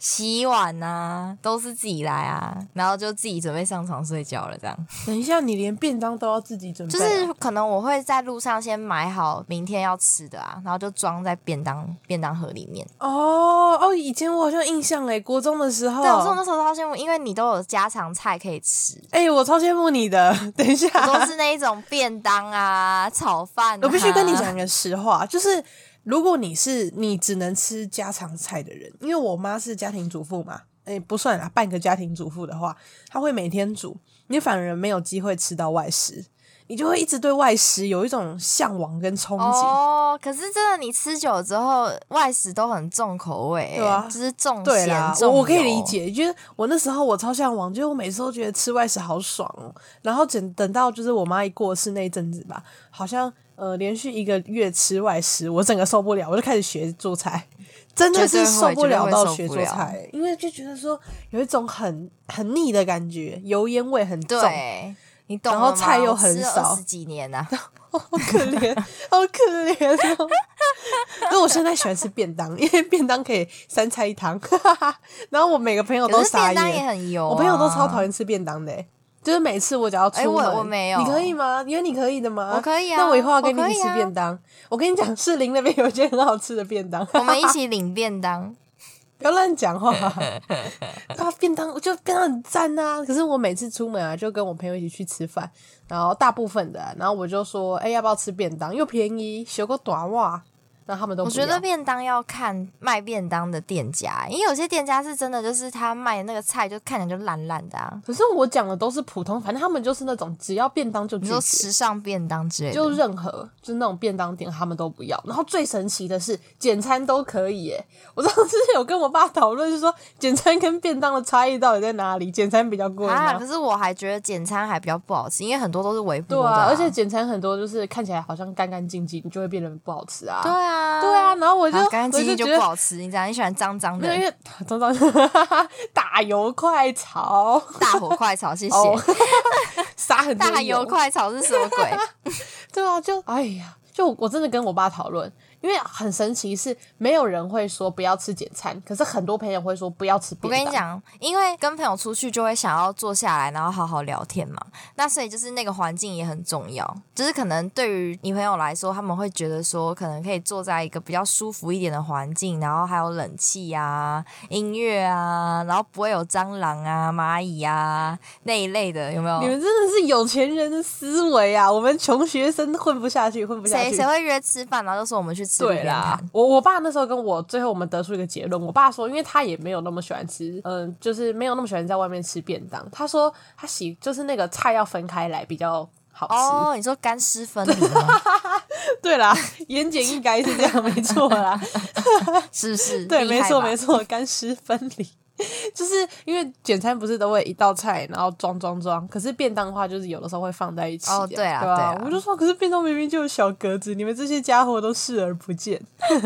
Speaker 4: 洗碗啊，都是自己来啊，然后就自己准备上床睡觉了，这样。
Speaker 5: 等一下，你连便当都要自己准备
Speaker 4: 就
Speaker 5: 嗯啊、
Speaker 4: 是可能我会在路上先买好明天要吃的啊，然后就装在便当便当盒里面。
Speaker 5: 哦哦，以前我好像印象哎，国中的时候，
Speaker 4: 对，啊我说那时候超羡慕，因为你都有家常菜可以吃，
Speaker 5: 哎、我超羡慕你的。等一下，
Speaker 4: 我都是那一种便当啊、炒饭、啊。
Speaker 5: 我必须跟你讲，个实话，就是如果你是你只能吃家常菜的人，因为我妈是家庭主妇嘛，哎、不算啦，半个家庭主妇的话，她会每天煮，你反而没有机会吃到外食，你就会一直对外食有一种向往跟憧憬。
Speaker 4: 哦，可是真的，你吃久了之后，外食都很重口味、欸
Speaker 5: 对啊
Speaker 4: 就是重
Speaker 5: 对
Speaker 4: 咸
Speaker 5: 啦，
Speaker 4: 重
Speaker 5: 我我可以
Speaker 4: 油
Speaker 5: 理。解，就是我那时候我超向往，就是我每次都觉得吃外食好爽哦、然后等等到就是我妈一过世那一阵子吧，好像呃连续一个月吃外食，我整个受不了，我就开始学做菜，真的
Speaker 4: 绝
Speaker 5: 是
Speaker 4: 对会
Speaker 5: 受不了到学
Speaker 4: 绝对会受
Speaker 5: 做
Speaker 4: 不了
Speaker 5: 菜，欸因为就觉得说有一种很很腻的感觉，油烟味很重，
Speaker 4: 对，你懂了
Speaker 5: 然
Speaker 4: 吗。
Speaker 5: 后菜又很少
Speaker 4: 十几年啊呐、
Speaker 5: 好可怜，好可怜哦！ 那我现在喜欢吃便当，因为便当可以三菜一汤，然后我每个朋友都
Speaker 4: 可是
Speaker 5: 傻
Speaker 4: 便当
Speaker 5: 眼，
Speaker 4: 也很油、啊，
Speaker 5: 我朋友都超讨。厌吃便当的、欸，就是每次我只要出门，
Speaker 4: 哎我我没有
Speaker 5: 你可以吗？因为你可以的吗？
Speaker 4: 我可以啊
Speaker 5: 那我以后要跟你
Speaker 4: 我可
Speaker 5: 一
Speaker 4: 以
Speaker 5: 起
Speaker 4: 啊
Speaker 5: 吃便 当。我跟你讲，士林那边有一间很好吃的便当，
Speaker 4: 我们一起领便当，
Speaker 5: 不要乱讲话。啊，便当，我就便当很赞啊。可是我每次出门啊，就跟我朋友一起去吃饭，然后大部分的啊、然后我就说，哎、要不要吃便当？又便宜，学个短袜。然后他们 都
Speaker 4: 我
Speaker 5: 不
Speaker 4: 觉
Speaker 5: 要
Speaker 4: 得便当要看卖便当的店家，因为有些店家是真的就是他卖的那个菜就看起来就烂烂的啊。
Speaker 5: 可是我讲的都是普通，反正他们就是那种只要便当就拒
Speaker 4: 你
Speaker 5: 绝
Speaker 4: 说。时尚便当之类的，啊
Speaker 5: 就任何就是那种便当店，他们都不要。然后最神奇的是，简餐都可以耶！我上次 有跟我爸讨论，就说简餐跟便当的差异到底在哪里？简餐比较贵吗？
Speaker 4: 啊，可是我还觉得简餐还比较不好吃，因为很多都是微
Speaker 5: 对
Speaker 4: 波的、
Speaker 5: 啊，而且简餐很多就是看起来好像干干净净，就会变得不好吃啊。
Speaker 4: 对啊，
Speaker 5: 对啊，，然后我就、
Speaker 4: 啊，干干净净就
Speaker 5: 我就觉得
Speaker 4: 不好吃。你讲你喜欢脏脏
Speaker 5: 没有，因
Speaker 4: 的，
Speaker 5: 为张张 打油快炒，
Speaker 4: 大火快炒，谢谢。
Speaker 5: 哦 撒很多
Speaker 4: 大油快炒是什么鬼？
Speaker 5: 对啊，就哎呀，就我真的跟我爸讨论，因为很神奇是没有人会说不要吃简餐，可是很多朋友会说不要吃便
Speaker 4: 我
Speaker 5: 当。
Speaker 4: 跟你，讲，因为跟朋友出去就会想要坐下来，然后好好聊天嘛。那所以就是那个环境也很重要，就是可能对于女朋友来说，他们会觉得说，可能可以坐在一个比较舒服一点的环境，然后还有冷气啊、音乐啊，然后不会有蟑螂啊、蚂蚁啊那一类的，有没有？
Speaker 5: 你们真的是有钱人的思维啊！我们穷学生混不下去，混不下
Speaker 4: 谁
Speaker 5: 去。
Speaker 4: 谁会约吃饭，然后就说我们去吃路
Speaker 5: 对
Speaker 4: 边
Speaker 5: 啦
Speaker 4: 摊？，
Speaker 5: 我我爸那时候跟我，最后我们得出一个结论。我爸说，因为他也没有那么喜欢吃，嗯、就是没有那么喜欢在外面吃便当。他说他喜就是那个菜要分开来比较好吃。
Speaker 4: 哦，你说干湿分离吗？
Speaker 5: 对啦，言简意赅是这样，没错啦。
Speaker 4: 是不是？
Speaker 5: 对，
Speaker 4: 厉
Speaker 5: 没
Speaker 4: 害
Speaker 5: 错
Speaker 4: 吧
Speaker 5: 没错，干湿分离， 就是因为简餐不是都会一道菜，然后装装装，可是便当的话，就是有的时候会放在一起啊。
Speaker 4: 哦对啊
Speaker 5: 对吧
Speaker 4: 对啊
Speaker 5: 我就说，可是便当明明就有小格子，你们这些家伙都视而不见，,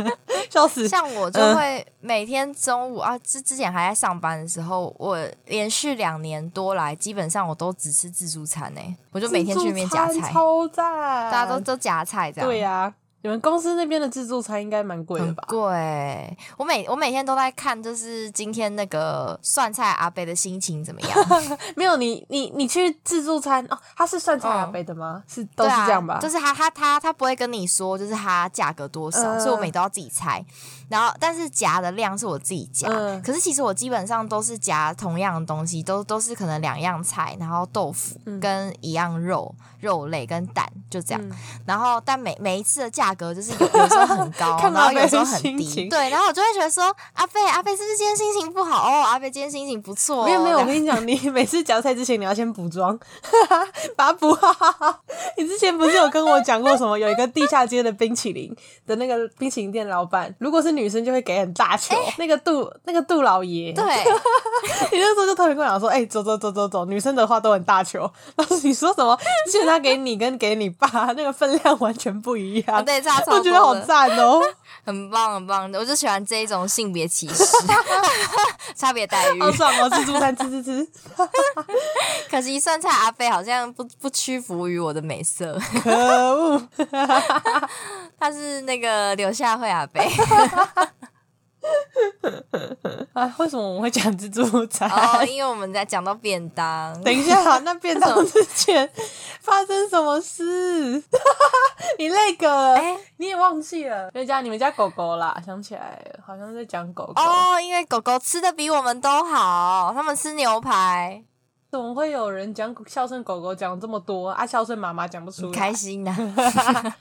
Speaker 5: 笑死！
Speaker 4: 像我就
Speaker 5: 嗯
Speaker 4: 会每天中午、啊，之之前还在上班的时候，我连续两年多来，基本上我都只吃自助餐诶、我就每天去那边夹
Speaker 5: 自助餐
Speaker 4: 菜，
Speaker 5: 超赞，
Speaker 4: 大家都都夹菜这样。
Speaker 5: 对呀、你们公司那边的自助餐应该蛮贵的
Speaker 4: 很
Speaker 5: 吧？
Speaker 4: 贵，我每我每天都在看，就是今天那个蒜菜阿贝的心情怎么样？
Speaker 5: 没有，你你你去自助餐哦，它是算菜阿
Speaker 4: 嗯
Speaker 5: 杯的吗？是都
Speaker 4: 对
Speaker 5: 是这样吧？
Speaker 4: 啊、就是他他他他不会跟你说，就是他价格多少，
Speaker 5: 嗯
Speaker 4: 所以我每都要自己猜。然后，但是夹的量是我自己夹，
Speaker 5: 嗯
Speaker 4: 可是其实我基本上都是夹同样的东西，都都是可能两样菜，然后豆腐
Speaker 5: 嗯
Speaker 4: 跟一样肉、肉类跟蛋，就这样。
Speaker 5: 嗯
Speaker 4: 然后，但每每一次的价格就是有有时候 很高，
Speaker 5: 看
Speaker 4: 然
Speaker 5: 到
Speaker 4: 后
Speaker 5: 阿贝
Speaker 4: 有时候
Speaker 5: 的
Speaker 4: 很
Speaker 5: 心
Speaker 4: 低，
Speaker 5: 情
Speaker 4: 对。然后我就会觉得说，阿贝阿贝是不是今天心情不好哦？阿贝今天心情不错、哦，
Speaker 5: 没有没有，
Speaker 4: 这样
Speaker 5: 我跟你讲，你每次夹菜之前你要先补妆，把它补好。你之前不是有跟我讲过什么？有一个地下街的冰淇淋的那个 冰淇淋店老板，如果是女生就会给很大球，那个杜那个杜老
Speaker 4: 哎
Speaker 5: 爷，
Speaker 4: 对，
Speaker 5: 你那时候就特别跟我讲说，哎、走走走走走，女生的话都很大球。然后你说什么，现在给你跟给你爸那个分量完全不一样，
Speaker 4: 啊对，差超
Speaker 5: 我觉得
Speaker 4: 多
Speaker 5: 好
Speaker 4: 了，
Speaker 5: 赞 哦、
Speaker 4: 很棒很棒，我就喜欢这一种性别歧视、 差别待遇。
Speaker 5: 好爽哦、自助餐吃 吃吃，
Speaker 4: 可惜酸菜阿飞好像不不屈服于我的美色，
Speaker 5: 可恶！
Speaker 4: 他是那个柳下惠阿 飞。
Speaker 5: 啊，为什么我们会讲自助餐？
Speaker 4: 哦，因为我们在讲到便当，
Speaker 5: 等一下，那变动之前发生什 么事？你那个、
Speaker 4: 哎
Speaker 5: 你也忘记了？人家你们家狗狗啦，想起来了好像在讲狗狗，
Speaker 4: 哦，因为狗狗吃的比我们都好，他们吃牛排，
Speaker 5: 怎么会有人讲孝顺狗狗讲这么多啊？孝顺妈妈讲不出
Speaker 4: 很
Speaker 5: 来
Speaker 4: 开。心啊呐、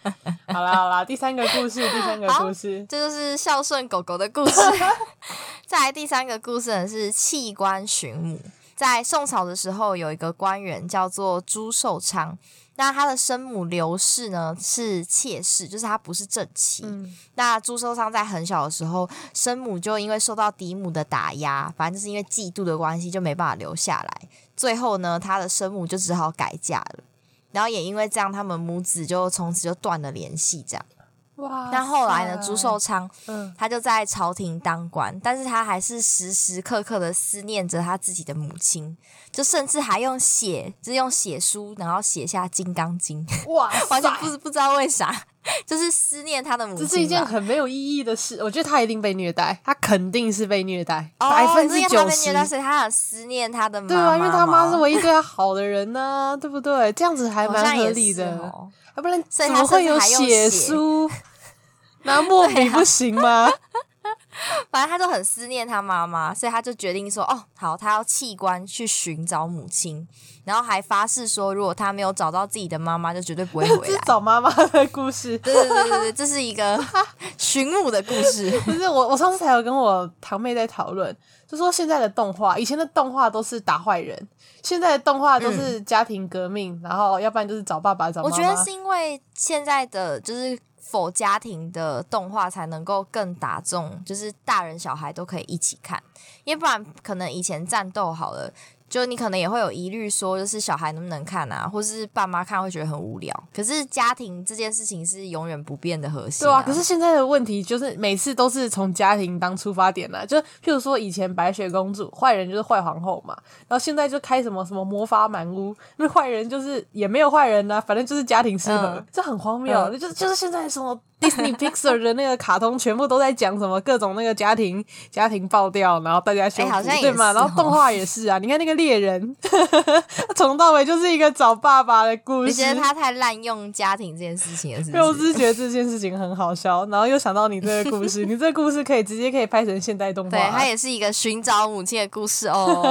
Speaker 5: 好啦好啦，第三个 故事，第三个故事，
Speaker 4: 这就是孝顺狗狗的故事。 再来第三个故事呢是弃官寻母。在宋朝的时候，有一个官员叫做朱寿昌，那他的生母刘氏呢是妾室，就是她不是正妻。
Speaker 5: 嗯，
Speaker 4: 那朱寿昌在很小的时候，生母就因为受到嫡母的打压，反正就是因为嫉妒的关系，就没办法留下来。最后呢，他的生母就只好改嫁了。然后也因为这样，他们母子就从此就断了联系。这样，
Speaker 5: 哇
Speaker 4: 那后来呢，朱寿昌
Speaker 5: 嗯，
Speaker 4: 他就在朝廷当官，但是他还是时时刻刻的思念着他自己的母亲，就甚至还用写，就是用写书，然后写下《金刚经》，
Speaker 5: 哇塞，
Speaker 4: 完全不知不知道为啥， 就是思念他的母亲
Speaker 5: 这
Speaker 4: 吧。
Speaker 5: 是一件很没有意义的事，我觉得他一定被虐待，他肯定是被虐待，
Speaker 4: 哦
Speaker 5: 百分
Speaker 4: 是因
Speaker 5: 之
Speaker 4: 为他
Speaker 5: 九
Speaker 4: 被
Speaker 5: 十
Speaker 4: 虐。待，所以他很思念他的妈妈
Speaker 5: 对啊，因为他妈是
Speaker 4: 我
Speaker 5: 唯一对他好的人呢、 对不对？这样子还蛮合理的，要、
Speaker 4: 哦。
Speaker 5: 不然
Speaker 4: 所以
Speaker 5: 怎
Speaker 4: 他甚
Speaker 5: 么会
Speaker 4: 至
Speaker 5: 有
Speaker 4: 还用
Speaker 5: 血
Speaker 4: 血 啊
Speaker 5: 书？拿墨笔不行吗？
Speaker 4: 反正他就很思念他妈妈，所以他就决定说：“哦，好，他要弃官去寻找母亲，然后还发誓说，如果他没有找到自己的妈妈，就绝对不会
Speaker 5: 这
Speaker 4: 回
Speaker 5: 是
Speaker 4: 来。”
Speaker 5: 找妈妈的故事。
Speaker 4: 对对对对对，这是一 个寻母的故事。
Speaker 5: 不是我，我上次还有跟我堂妹在讨论，就说现在的动画，以前的动画都是打坏人，现在的动画都是家庭革命，然后要不然就是找爸爸找妈
Speaker 4: 嗯我
Speaker 5: 妈。
Speaker 4: 觉得是因为现在的就是否家庭的动画才能够更打中，就是大人小孩都可以一起看，因为不然可能以前战斗好了。就你可能也会有疑虑，说就是小孩能不能看啊，或是爸妈看会觉得很无聊。可是家庭这件事情是永远不变的核心、
Speaker 5: 对啊，可是现在的问题就是每次都是从家庭当出发点啦，就譬如说以前白雪公主坏人就是坏皇后嘛，然后现在就开什么什么魔法满屋，那坏人就是也没有坏人呐、啊反正就是家庭适合，
Speaker 4: 嗯
Speaker 5: 这很荒谬。啊就就是现在什么 Disney Pixar 的那个卡通全部都在讲什么各种那个家庭家庭爆掉，然后大家修复、
Speaker 4: 哎好像也
Speaker 5: 对嘛，
Speaker 4: 是哦
Speaker 5: 然后动画也是啊，你看那个猎人， 从头到尾就是一个找爸爸的故事。
Speaker 4: 你觉得他太滥用家庭这件事情了，是
Speaker 5: 因为我
Speaker 4: 不
Speaker 5: 只
Speaker 4: 是？
Speaker 5: 是觉得这件事情很好笑，然后又想到你这个故事， 你这个故事可以直接可以拍成现代动画
Speaker 4: 对，
Speaker 5: 啊。
Speaker 4: 他也是一个寻找母亲的故事 哦，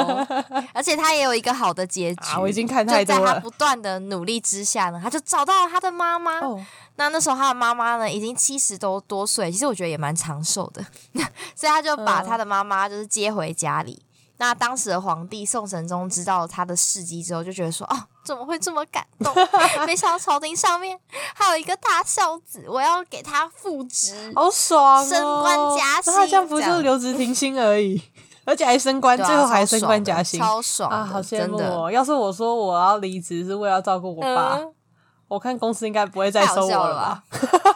Speaker 4: 而且他也有一个好的结局。
Speaker 5: 啊，我已经看
Speaker 4: 就
Speaker 5: 太
Speaker 4: 在
Speaker 5: 多
Speaker 4: 他
Speaker 5: 了
Speaker 4: 不。断的努力之下呢，他就找到了他的妈妈。
Speaker 5: 哦，
Speaker 4: 那那时候他的妈妈呢，已经七十多多岁，其实我觉得也蛮长寿的， 所以他就把他的
Speaker 5: 嗯
Speaker 4: 妈妈就是接回家里。那当时的皇帝宋神宗知道他的事迹之后，就觉得说：“哦，怎么会这么感 动？没想到朝廷上面还有一个大孝子，我要给他复职。”
Speaker 5: 好爽哦！
Speaker 4: 升官加薪
Speaker 5: 那他这样不
Speaker 4: 这
Speaker 5: 就
Speaker 4: 样
Speaker 5: 留职停薪而已，而且还升官，
Speaker 4: 对啊
Speaker 5: 最后还
Speaker 4: 超
Speaker 5: 升
Speaker 4: 爽的
Speaker 5: 官加薪
Speaker 4: 超爽
Speaker 5: 啊！
Speaker 4: 的
Speaker 5: 好羡
Speaker 4: 真
Speaker 5: 慕
Speaker 4: 的
Speaker 5: 哦！要是我说我要离职是为了照顾我爸，
Speaker 4: 嗯
Speaker 5: 我看公司应该不会再
Speaker 4: 太好
Speaker 5: 收我
Speaker 4: 笑了
Speaker 5: 吧？？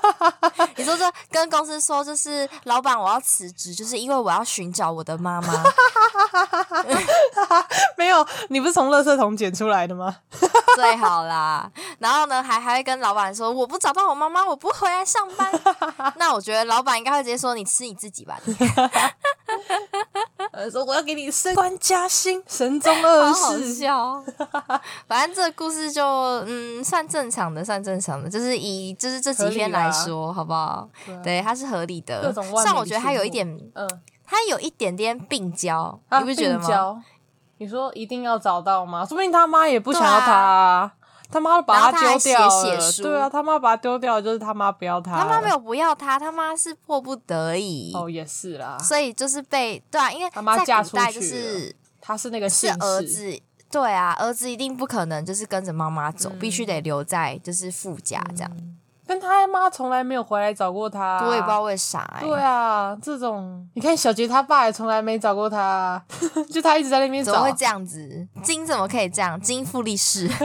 Speaker 4: 你说这跟公司说，就是老板我要辞职，就是因为我要寻找我的妈 妈。
Speaker 5: 没有，你不是从垃圾桶捡出来 的吗？
Speaker 4: 最好啦。然后呢，还还会跟老板说，我不找到我妈妈，我不回来上班。 那我觉得老板应该会直接说，你吃你自己吧。
Speaker 5: 呃，说我要给你升官加薪，神宗二
Speaker 4: 好好
Speaker 5: 世。
Speaker 4: 笑哦， 反正这个故事就嗯算正常的，算正常的，就是以就是这几天来说，好不好？对，它是合理
Speaker 5: 各
Speaker 4: 的
Speaker 5: 种。万
Speaker 4: 像
Speaker 5: 民
Speaker 4: 我觉得它
Speaker 5: 之
Speaker 4: 有一
Speaker 5: 母
Speaker 4: 点，
Speaker 5: 嗯，
Speaker 4: 它有一点点病娇，
Speaker 5: 啊，
Speaker 4: 你不觉得
Speaker 5: 病
Speaker 4: 吗？
Speaker 5: 娇你说一定要找到吗？说不定他妈也不想要
Speaker 4: 对啊
Speaker 5: 他、啊，他妈
Speaker 4: 然
Speaker 5: 把
Speaker 4: 后他还
Speaker 5: 丢掉
Speaker 4: 写
Speaker 5: 了。
Speaker 4: 写书
Speaker 5: 对啊，他妈把他丢掉了，就是他妈不要他。
Speaker 4: 他妈没。有不要他，他妈是迫不得已，
Speaker 5: 哦，也是啦，
Speaker 4: 所以就是啊被对啊，因为
Speaker 5: 他妈
Speaker 4: 在
Speaker 5: 嫁
Speaker 4: 古
Speaker 5: 出
Speaker 4: 代
Speaker 5: 去
Speaker 4: 就是
Speaker 5: 他是那个
Speaker 4: 是
Speaker 5: 姓氏
Speaker 4: 儿，子，对
Speaker 5: 嗯
Speaker 4: 啊，儿子一定不可能就是跟着妈妈走，必须得留在就是富家这样。啊
Speaker 5: 但他妈从来没有回来找过他、啊
Speaker 4: 我也不知道为啥、欸。
Speaker 5: 对啊，这种你看小杰他爸也从来没找过他，啊 就他一直在那边
Speaker 4: 欸怎么
Speaker 5: 找
Speaker 4: 会。这样子？金怎么可以这样？金复利是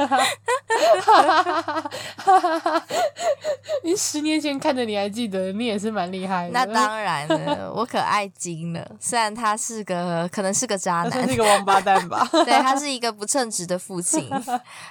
Speaker 5: 你十年前看着你还记得，你也是蛮厉害的。
Speaker 4: 那 当然了，我可爱金了。虽然他是个可能是个渣
Speaker 5: 他
Speaker 4: 男
Speaker 5: 算是，一个王八蛋 吧。
Speaker 4: 对他是一个不称职的父亲。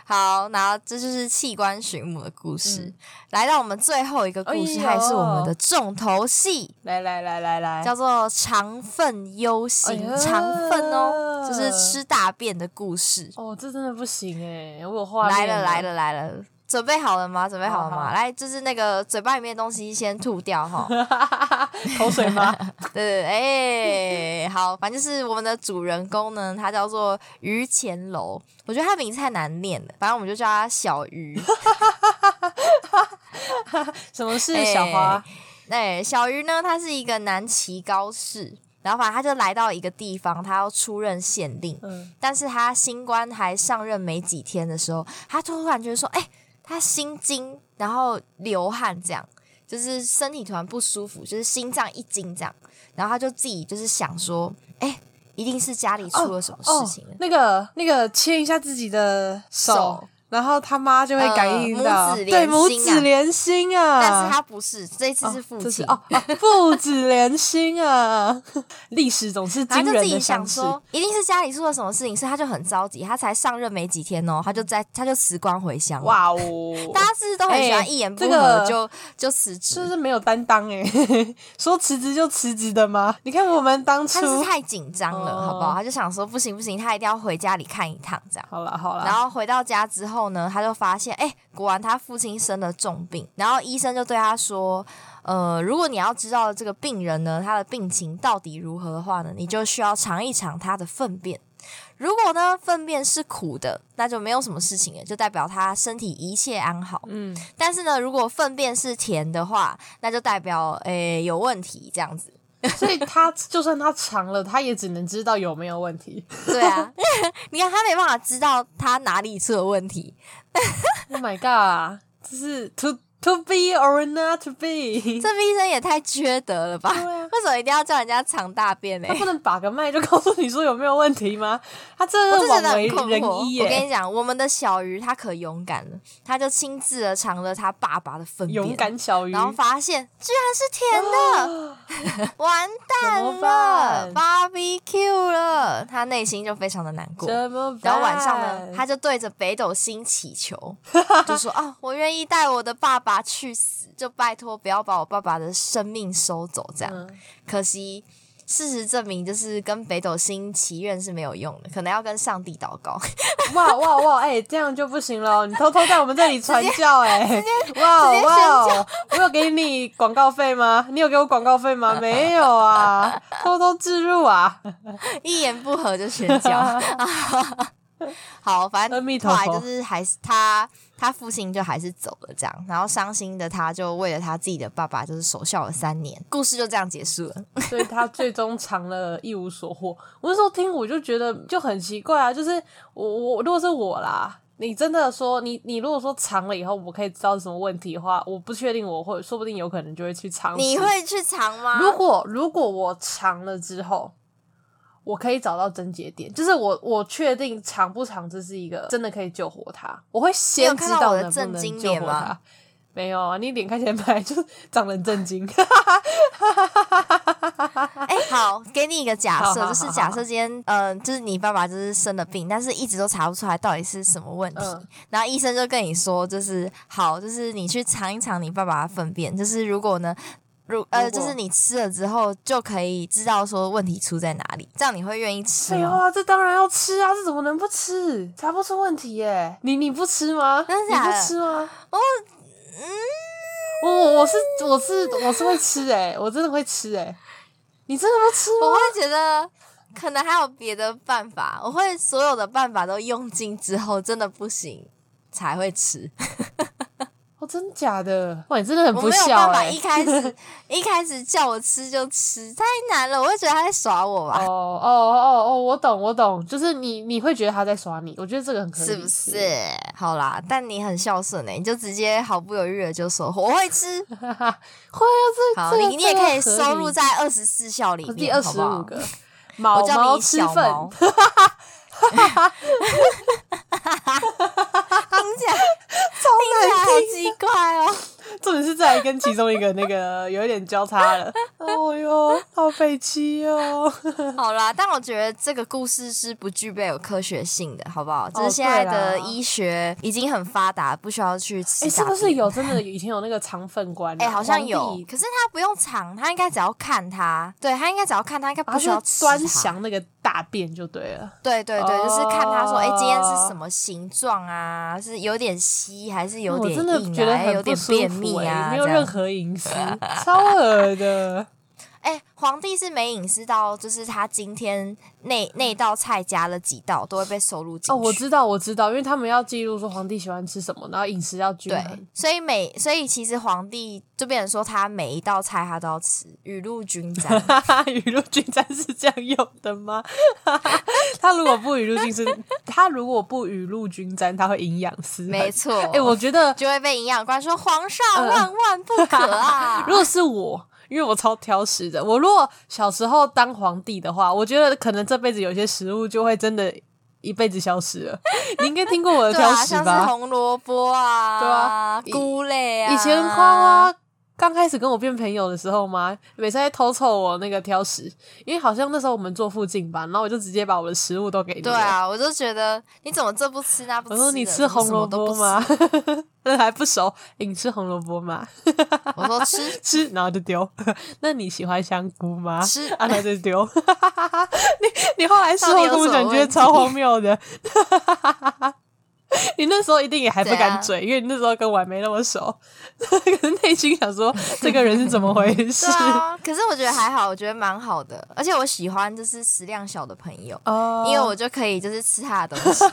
Speaker 4: 好，然后这就是器官寻母的故事。
Speaker 5: 嗯
Speaker 4: 来到我们最后一个故事，
Speaker 5: 哎呦
Speaker 4: 还是我们的重头戏，
Speaker 5: 来来来来来，
Speaker 4: 叫做肠粪忧行。
Speaker 5: 哎呀
Speaker 4: 肠粪哦，就是吃大便的故事。
Speaker 5: 哦，这真的不行哎、我有画
Speaker 4: 来
Speaker 5: 面
Speaker 4: 了来了来了，准备好了吗？准备好了
Speaker 5: 好
Speaker 4: 吗？
Speaker 5: 好
Speaker 4: 来，就是那个嘴巴里面的东西先吐掉 哈。
Speaker 5: 了，口水吗？
Speaker 4: 对对，对哎、好，反正就是我们的主人公呢，他叫做于乾楼，我觉得他名字太难念了，反正我们就叫他小鱼。
Speaker 5: 什 么是小花？
Speaker 4: 哎、小鱼呢，他是一个南齐高士，然后反正他就来到一个地方，他要出任县令，
Speaker 5: 嗯，
Speaker 4: 但是他新官还上任没几天的时候，他突然觉得说，哎、他心惊，然后流汗这样。就是身体突然不舒服，就是心脏一惊这样，然后他就自己就是想说，哎、一定是家里
Speaker 5: 哦
Speaker 4: 出了什么事情了，啊
Speaker 5: 那个那个牵一下自己的手，
Speaker 4: 手
Speaker 5: 然后他妈就会感应到，
Speaker 4: 呃母子
Speaker 5: 对
Speaker 4: 连心啊
Speaker 5: 母子连心啊。
Speaker 4: 但是他不是，这一次是父
Speaker 5: 这
Speaker 4: 亲，
Speaker 5: 哦哦，父子连心啊！ 历史总是
Speaker 4: 然
Speaker 5: 惊
Speaker 4: 后就
Speaker 5: 人
Speaker 4: 自
Speaker 5: 的
Speaker 4: 己
Speaker 5: 相
Speaker 4: 想
Speaker 5: 似。
Speaker 4: 说，一定是家里出了什么事情，所以他就很着急。他才上任没几天哦，他就在他就辞官回乡。！
Speaker 5: 哇 哦，
Speaker 4: 大家是不是都很喜
Speaker 5: 哎
Speaker 4: 欢一言不
Speaker 5: 这个
Speaker 4: 合就、就辞
Speaker 5: 这
Speaker 4: 职？
Speaker 5: 是没有担当哎、 说辞职就辞职的吗？你看我们当
Speaker 4: 他是
Speaker 5: 初，
Speaker 4: 太紧张了，
Speaker 5: 啊哦
Speaker 4: 好不好？他就想说不行不行，他一定要回家里看一趟这样。
Speaker 5: 好了好
Speaker 4: 然
Speaker 5: 了，
Speaker 4: 后回到家之后呢，他就发现，哎、果然他父亲生了重病。然后医生就对他说，呃，如果你要知道这个病人呢，他的病情到底如何的话呢，你就需要尝一尝他的粪便。如果呢，粪便是苦的，那就没有什么事情了，就代表他身体一切安好。
Speaker 5: 嗯，
Speaker 4: 但是呢，如果粪便是甜的话，那就代表诶、有问题这样子。
Speaker 5: 所以他就算他尝了，他也只能知道有没有问题。
Speaker 4: 对啊，你看他没办法知道他哪里出了问题，
Speaker 5: Oh my god！这是 to to be or not to be，
Speaker 4: 这医生也太缺德了吧？
Speaker 5: 啊
Speaker 4: 为什么一定要叫人家藏大便呢
Speaker 5: 他？不能把个脉就告诉你说有没有问题吗？他真
Speaker 4: 我
Speaker 5: 的
Speaker 4: 就觉得
Speaker 5: 枉为
Speaker 4: 很困
Speaker 5: 人
Speaker 4: 惑。
Speaker 5: 医
Speaker 4: 我跟你
Speaker 5: 耶，
Speaker 4: 讲，我们的小鱼他可勇敢了，他就亲自的尝了他爸爸的粪便，
Speaker 5: 勇敢小鱼，
Speaker 4: 然后发现居然是甜的， 完蛋
Speaker 5: 怎么办
Speaker 4: 了，barbecue 了，他内心就非常的难过。
Speaker 5: 怎么办？
Speaker 4: 然后晚上呢，他就对着北斗星祈求，就 说：“哦，我愿意带我的爸爸去死，就拜托不要把我爸爸的生命收走。”这样，
Speaker 5: 嗯
Speaker 4: 可惜事实证明，就是跟北斗星祈愿是没有用的，可能要跟上帝祷告。
Speaker 5: 哇哇哇！哎、这样就不行了，你偷偷在我们这里传教哎、哇
Speaker 4: 直接
Speaker 5: 哇！我有给你广告费吗？你有给我广告费吗？没有啊，偷偷置入啊！
Speaker 4: 一言不合就宣 教。好，反
Speaker 5: 阿弥
Speaker 4: 正
Speaker 5: 陀
Speaker 4: 后
Speaker 5: 佛
Speaker 4: 来就是还是他他父亲就还是走了这样，然后伤心的他就为了他自己的爸爸就是守孝了三年，故事就这样结束了。
Speaker 5: 所以他最终尝了一无所获。我那时候听我就觉得就很奇怪啊，就是我我如果是我啦，你真的说你你如果说尝了以后我可以知道是什么问题的话，我不确定我会说不定有可能就会去尝试。
Speaker 4: 你会去藏吗？
Speaker 5: 如果如果我尝了之后，我可以找到症结点，就是我我确定尝不尝这是一个真的可以救活他，我会
Speaker 4: 你
Speaker 5: 先
Speaker 4: 有
Speaker 5: 知
Speaker 4: 看到我的
Speaker 5: 能不
Speaker 4: 震
Speaker 5: 能
Speaker 4: 惊
Speaker 5: 救
Speaker 4: 脸
Speaker 5: 活
Speaker 4: 吗
Speaker 5: 他。没有啊，你脸看起来本来就长得很震惊。
Speaker 4: 哎、好，给你一个假
Speaker 5: 好好
Speaker 4: 设，
Speaker 5: 好
Speaker 4: 就是假设今天，嗯、就是你爸爸就是生了病，但是一直都查不出来到底是什么问题，
Speaker 5: 嗯
Speaker 4: 然后医生就跟你说，就是好，就是你去尝一尝你爸爸的粪便，就是如果呢。如呃，
Speaker 5: 如果
Speaker 4: 就是你吃了之后就可以知道说问题出在哪里，这样你会愿意吃
Speaker 5: 哎呦
Speaker 4: 吗？
Speaker 5: 啊，这当然要吃啊，这怎么能不吃？查不出问题耶！你你不吃吗？
Speaker 4: 真的
Speaker 5: 你
Speaker 4: 假的
Speaker 5: 不吃吗？
Speaker 4: 我
Speaker 5: 我我我是我是我是会吃哎，我真的会吃哎。你真的不吃
Speaker 4: 我
Speaker 5: 吗？
Speaker 4: 会觉得可能还有别的办法，我会所有的办法都用尽之后，真的不行才会吃。
Speaker 5: 哦，哦，真假的？哇，你真的很
Speaker 4: 我
Speaker 5: 不
Speaker 4: 没有
Speaker 5: 孝
Speaker 4: 办法，
Speaker 5: 哎、
Speaker 4: 一开始一开始叫我吃就吃，太难了，我会觉得他在耍我吧，
Speaker 5: 哦哦哦哦，我懂我懂，就是你你会觉得他在耍你，我觉得这个很可以
Speaker 4: 是不
Speaker 5: 理
Speaker 4: 是
Speaker 5: 解？
Speaker 4: 好啦，但你很孝顺哎、你就直接毫不犹豫的就说我会吃，
Speaker 5: 会啊，这
Speaker 4: 好，
Speaker 5: 这个
Speaker 4: 你你也可以
Speaker 5: 这个
Speaker 4: 收
Speaker 5: 合理
Speaker 4: 入在二十四孝里面，
Speaker 5: 第二
Speaker 4: 好
Speaker 5: 十
Speaker 4: 不好
Speaker 5: 五个。毛
Speaker 4: 我叫
Speaker 5: 毛
Speaker 4: 你
Speaker 5: 吃
Speaker 4: 小
Speaker 5: 粉，
Speaker 4: 毛听起来听起来
Speaker 5: 啊
Speaker 4: 好奇怪哦。
Speaker 5: 重点是在于跟其中一个那个 有一点交叉了。哦哟，好北七哦！
Speaker 4: 好啦，但我觉得这个故事是不具备有科学性的，好不好？就
Speaker 5: 哦
Speaker 4: 是现在
Speaker 5: 对啦
Speaker 4: 的医学已经很发达，不需要去吃。
Speaker 5: 哎、是不是？有真的以前有那个肠粉官、啊？
Speaker 4: 哎、好像
Speaker 5: 皇
Speaker 4: 有，
Speaker 5: 帝
Speaker 4: 可是他不用尝，他应该只要看他，对他应该只要看他，应该
Speaker 5: 然
Speaker 4: 不
Speaker 5: 后
Speaker 4: 需要
Speaker 5: 就
Speaker 4: 吃
Speaker 5: 端
Speaker 4: 它
Speaker 5: 详那个大便就对了。
Speaker 4: 对对对，就是看他说，哎、
Speaker 5: 哦
Speaker 4: 今天是什么形状啊？是有点稀还是有
Speaker 5: 我
Speaker 4: 点硬、啊？
Speaker 5: 真的觉得
Speaker 4: 哎
Speaker 5: 很
Speaker 4: 有
Speaker 5: 不
Speaker 4: 点
Speaker 5: 舒
Speaker 4: 便秘
Speaker 5: 服、欸，
Speaker 4: 啊，
Speaker 5: 没有
Speaker 4: 这样
Speaker 5: 任何隐私， 超恶的。
Speaker 4: 哎、皇帝是没隐私到，就是他今天那那道菜加了几道，都会被收录进去。
Speaker 5: 哦，我知道，我知道，因为他们要记录说皇帝喜欢吃什么，然后饮食要均
Speaker 4: 对
Speaker 5: 衡。，
Speaker 4: 所以每所以其实皇帝就变成说，他每一道菜他都要吃，雨露均 沾。
Speaker 5: 哈哈， 雨露均沾是这样用的吗？ 哈哈他如果不雨露均沾， 他如果不雨露均沾，他会营养失衡。
Speaker 4: 没错，
Speaker 5: 哎、我觉得
Speaker 4: 就会被营养官说皇上万万不可啊！
Speaker 5: 如果是我，因为我超挑食的，我如果小时候当皇帝的话，我觉得可能这辈子有些食物就会真的一辈子消失了。 你应该听过我的
Speaker 4: 对
Speaker 5: 挑
Speaker 4: 啊，
Speaker 5: 食
Speaker 4: 像是
Speaker 5: 吧？
Speaker 4: 红萝卜啊，
Speaker 5: 对啊以
Speaker 4: 菇类啊，
Speaker 5: 以前花花刚开始跟我变朋友的时候嘛，每次在偷凑我那个挑食，因为好像那时候我们坐附近吧，然后我就直接把我的食物都给你。
Speaker 4: 对，啊，我就觉得你怎么这不吃那不吃
Speaker 5: 我
Speaker 4: 的？
Speaker 5: 说你
Speaker 4: 怎
Speaker 5: 吃
Speaker 4: 么
Speaker 5: 红
Speaker 4: 什么
Speaker 5: 萝
Speaker 4: 都不
Speaker 5: 卜
Speaker 4: 吃
Speaker 5: 吗？？ 那还不熟，诶你吃红萝卜吗？
Speaker 4: 我说吃
Speaker 5: 吃，然后就丢。那你喜欢香菇吗？
Speaker 4: 吃
Speaker 5: 啊，那就丢。你你后来事后跟我
Speaker 4: 到底有什
Speaker 5: 讲，
Speaker 4: 么
Speaker 5: 你觉得超荒谬的。 你那时候一定也还不
Speaker 4: 怎
Speaker 5: 敢
Speaker 4: 样
Speaker 5: 嘴，因为你那时候跟我还没那么熟， 可是内心想说 这个人是怎么回事
Speaker 4: 对？啊，可是我觉得还好，我觉得蛮好的，而且我喜欢就是食量小的朋友，
Speaker 5: 哦
Speaker 4: 因为我就可以就是吃他的东西。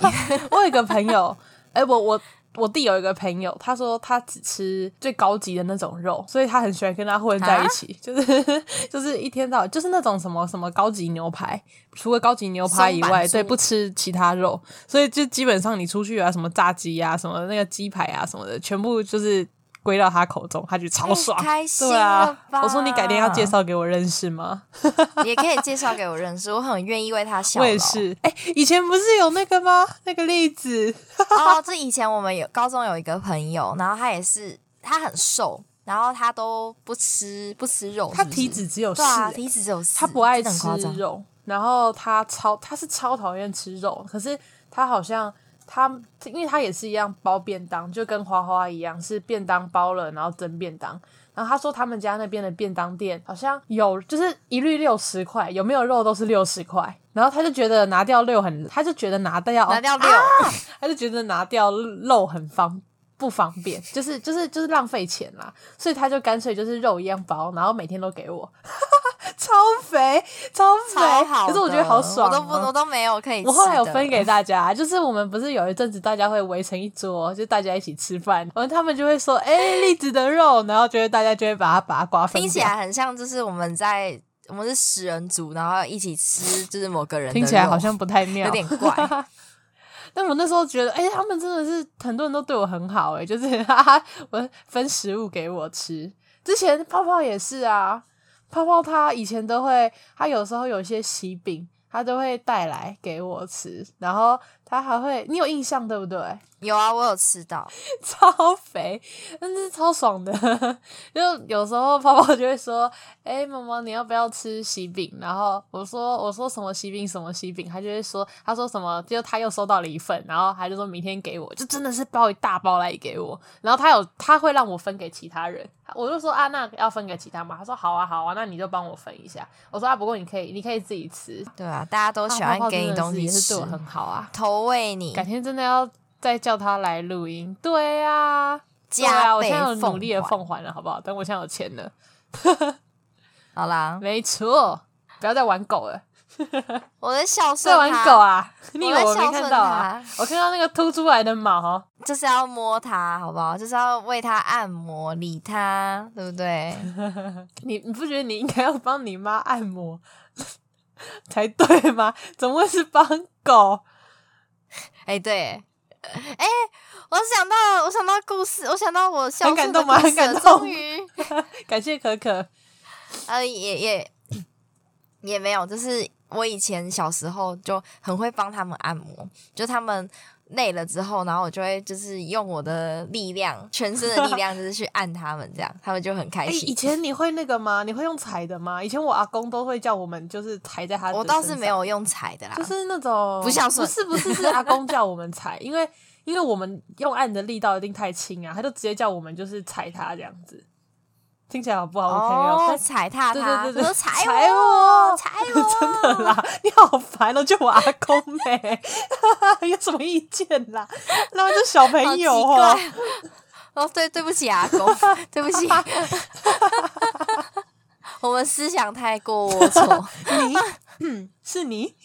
Speaker 5: 我有一个朋友， 哎、我我我弟有一个朋友，他说他只吃最高级的那种肉，所以他很喜欢跟他混在一
Speaker 4: 啊
Speaker 5: 起，就是 就是一天到晚就是那种什么什么高级牛排，除了高级牛排以
Speaker 4: 松
Speaker 5: 外，
Speaker 4: 板猪
Speaker 5: 对，不吃其他肉，所以就基本上你出去啊，什么炸鸡啊，什么那个鸡排啊什么的，全部就是。归到他口中，他觉得超爽，
Speaker 4: 哎太开心
Speaker 5: 对啊
Speaker 4: 了！吧
Speaker 5: 我说你改天要介 绍给我认识吗？
Speaker 4: 你也可以介绍给我认识，我很愿意为他效
Speaker 5: 我
Speaker 4: 劳。
Speaker 5: 也是，哎、以前不是有那个吗？那个例子，
Speaker 4: 哦，这以前我们有高中有一个朋友，然后他也是他很瘦，然后他都不吃不吃肉
Speaker 5: 他
Speaker 4: 是不
Speaker 5: 体
Speaker 4: 是
Speaker 5: 脂只有四、
Speaker 4: 对啊，体脂只有四
Speaker 5: 他不爱
Speaker 4: 真的很
Speaker 5: 吃
Speaker 4: 夸张
Speaker 5: 肉，然后他超他是超讨厌吃肉，可是他好像他因为他也是一样包便当，就跟花花一样是便当包了然后蒸便当。然后他说他们家那边的便当店好像有就是一律六十块，有没有肉都是六十块。然后他就觉得拿掉六很，他就觉得拿掉
Speaker 4: 拿掉六，
Speaker 5: 啊他就觉得拿掉肉很方不方便，就是就是就是浪费钱啦，所以他就干脆就是肉一样包，然后每天都给我， 超肥超肥，
Speaker 4: 超好的，
Speaker 5: 哦可是我觉得好爽、
Speaker 4: 我都不我
Speaker 5: 哦。
Speaker 4: 都没有可以吃的。
Speaker 5: 我后来有分给大家，就是我们不是有一阵子大家会围成一桌，就大家一起吃饭，然后他们就会说：“哎、栗子的肉。”然后觉得大家就会把它把它瓜分掉。
Speaker 4: 听起来很像，就是我们在我们是十人组，然后一起吃，就是某个人的
Speaker 5: 听起来
Speaker 4: 肉
Speaker 5: 好像不太妙，
Speaker 4: 有点怪。
Speaker 5: 但我那时候觉得，哎、他们真的是很多人都对我很好、哎，就是哈哈，我分食物给我吃。之前泡泡也是啊，泡泡他以前都会，他有时候有些喜饼，他都会带来给我吃，然后他还会，你有印象对不对？
Speaker 4: 有啊，我有吃到，
Speaker 5: 超肥，但是超爽的。 就有时候泡泡就会说：“哎、妈妈，你要不要吃喜饼？”然后我说：“我说什么喜饼什么喜饼？”他就会说：“他说什么？就他又收到了一份，然后他就说明天给我，就真的是包一大包来给我。然后他有他会让我分给其他人，我就说啊，那要分给其他吗？他说好啊好啊，那你就帮我分一下。我说啊，不过你可以你可以自己吃，
Speaker 4: 对啊，大家都
Speaker 5: 我
Speaker 4: 喜欢给你东西
Speaker 5: 也是
Speaker 4: 吃
Speaker 5: 对我，很好啊。
Speaker 4: 投喂你
Speaker 5: 改天真的要再叫他来录音。对啊，对啊，
Speaker 4: 加
Speaker 5: 我
Speaker 4: 倍
Speaker 5: 现在有努
Speaker 4: 奉
Speaker 5: 力的
Speaker 4: 还。
Speaker 5: 奉还了，好不好？等我现在有钱了，
Speaker 4: 好啦，
Speaker 5: 没错，不要再玩狗了，
Speaker 4: 我在孝
Speaker 5: 在
Speaker 4: 顺
Speaker 5: 玩
Speaker 4: 他
Speaker 5: 狗，啊！你以
Speaker 4: 我
Speaker 5: 为
Speaker 4: 在
Speaker 5: 我没
Speaker 4: 孝
Speaker 5: 看
Speaker 4: 顺
Speaker 5: 到啊？我看到那个凸出来的毛，
Speaker 4: 就是要摸它，好不好？就是要为它按摩，理它，对不对？
Speaker 5: 你你不觉得你应该要帮你妈按摩 才对吗？怎么会是帮狗？
Speaker 4: 哎、对，哎、我想到了，我想到故事，我想到我孝
Speaker 5: 很
Speaker 4: 顺
Speaker 5: 感
Speaker 4: 的
Speaker 5: 动吗
Speaker 4: 故
Speaker 5: 很
Speaker 4: 事
Speaker 5: 感
Speaker 4: 了
Speaker 5: 动
Speaker 4: 终于，
Speaker 5: 感谢可可，
Speaker 4: 呃，也也也没有，就是我以前小时候就很会帮他们按摩，就他们累了之后，然后我就会就是用我的力量，全身的力量，就是去按他们，这样他们就很开
Speaker 5: 哎、
Speaker 4: 心。
Speaker 5: 以前你会那个吗？你会用踩的吗？以前我阿公都会叫我们就是踩在他的，
Speaker 4: 我倒是没，有用踩的啦，
Speaker 5: 就是那种
Speaker 4: 啊不孝
Speaker 5: 不
Speaker 4: 顺
Speaker 5: 是不是是阿公叫我们踩， 因为因为我们用按的力道一定太轻啊，他就直接叫我们就是踩他这样子，听起来好不好？OK 哦，
Speaker 4: 哦，
Speaker 5: 但
Speaker 4: 踩踏
Speaker 5: 对
Speaker 4: 他，
Speaker 5: 对对对，
Speaker 4: 我说踩
Speaker 5: 踩
Speaker 4: 我，踩我，
Speaker 5: 真的啦，你好烦哦，就我阿公哎、 有什么意见啦？那么就小
Speaker 4: 好
Speaker 5: 朋
Speaker 4: 奇
Speaker 5: 友哦，
Speaker 4: 怪。 哦，对，对不起啊，阿公，对不 起， 我们思想太过龌龊，
Speaker 5: 你， 嗯，是你，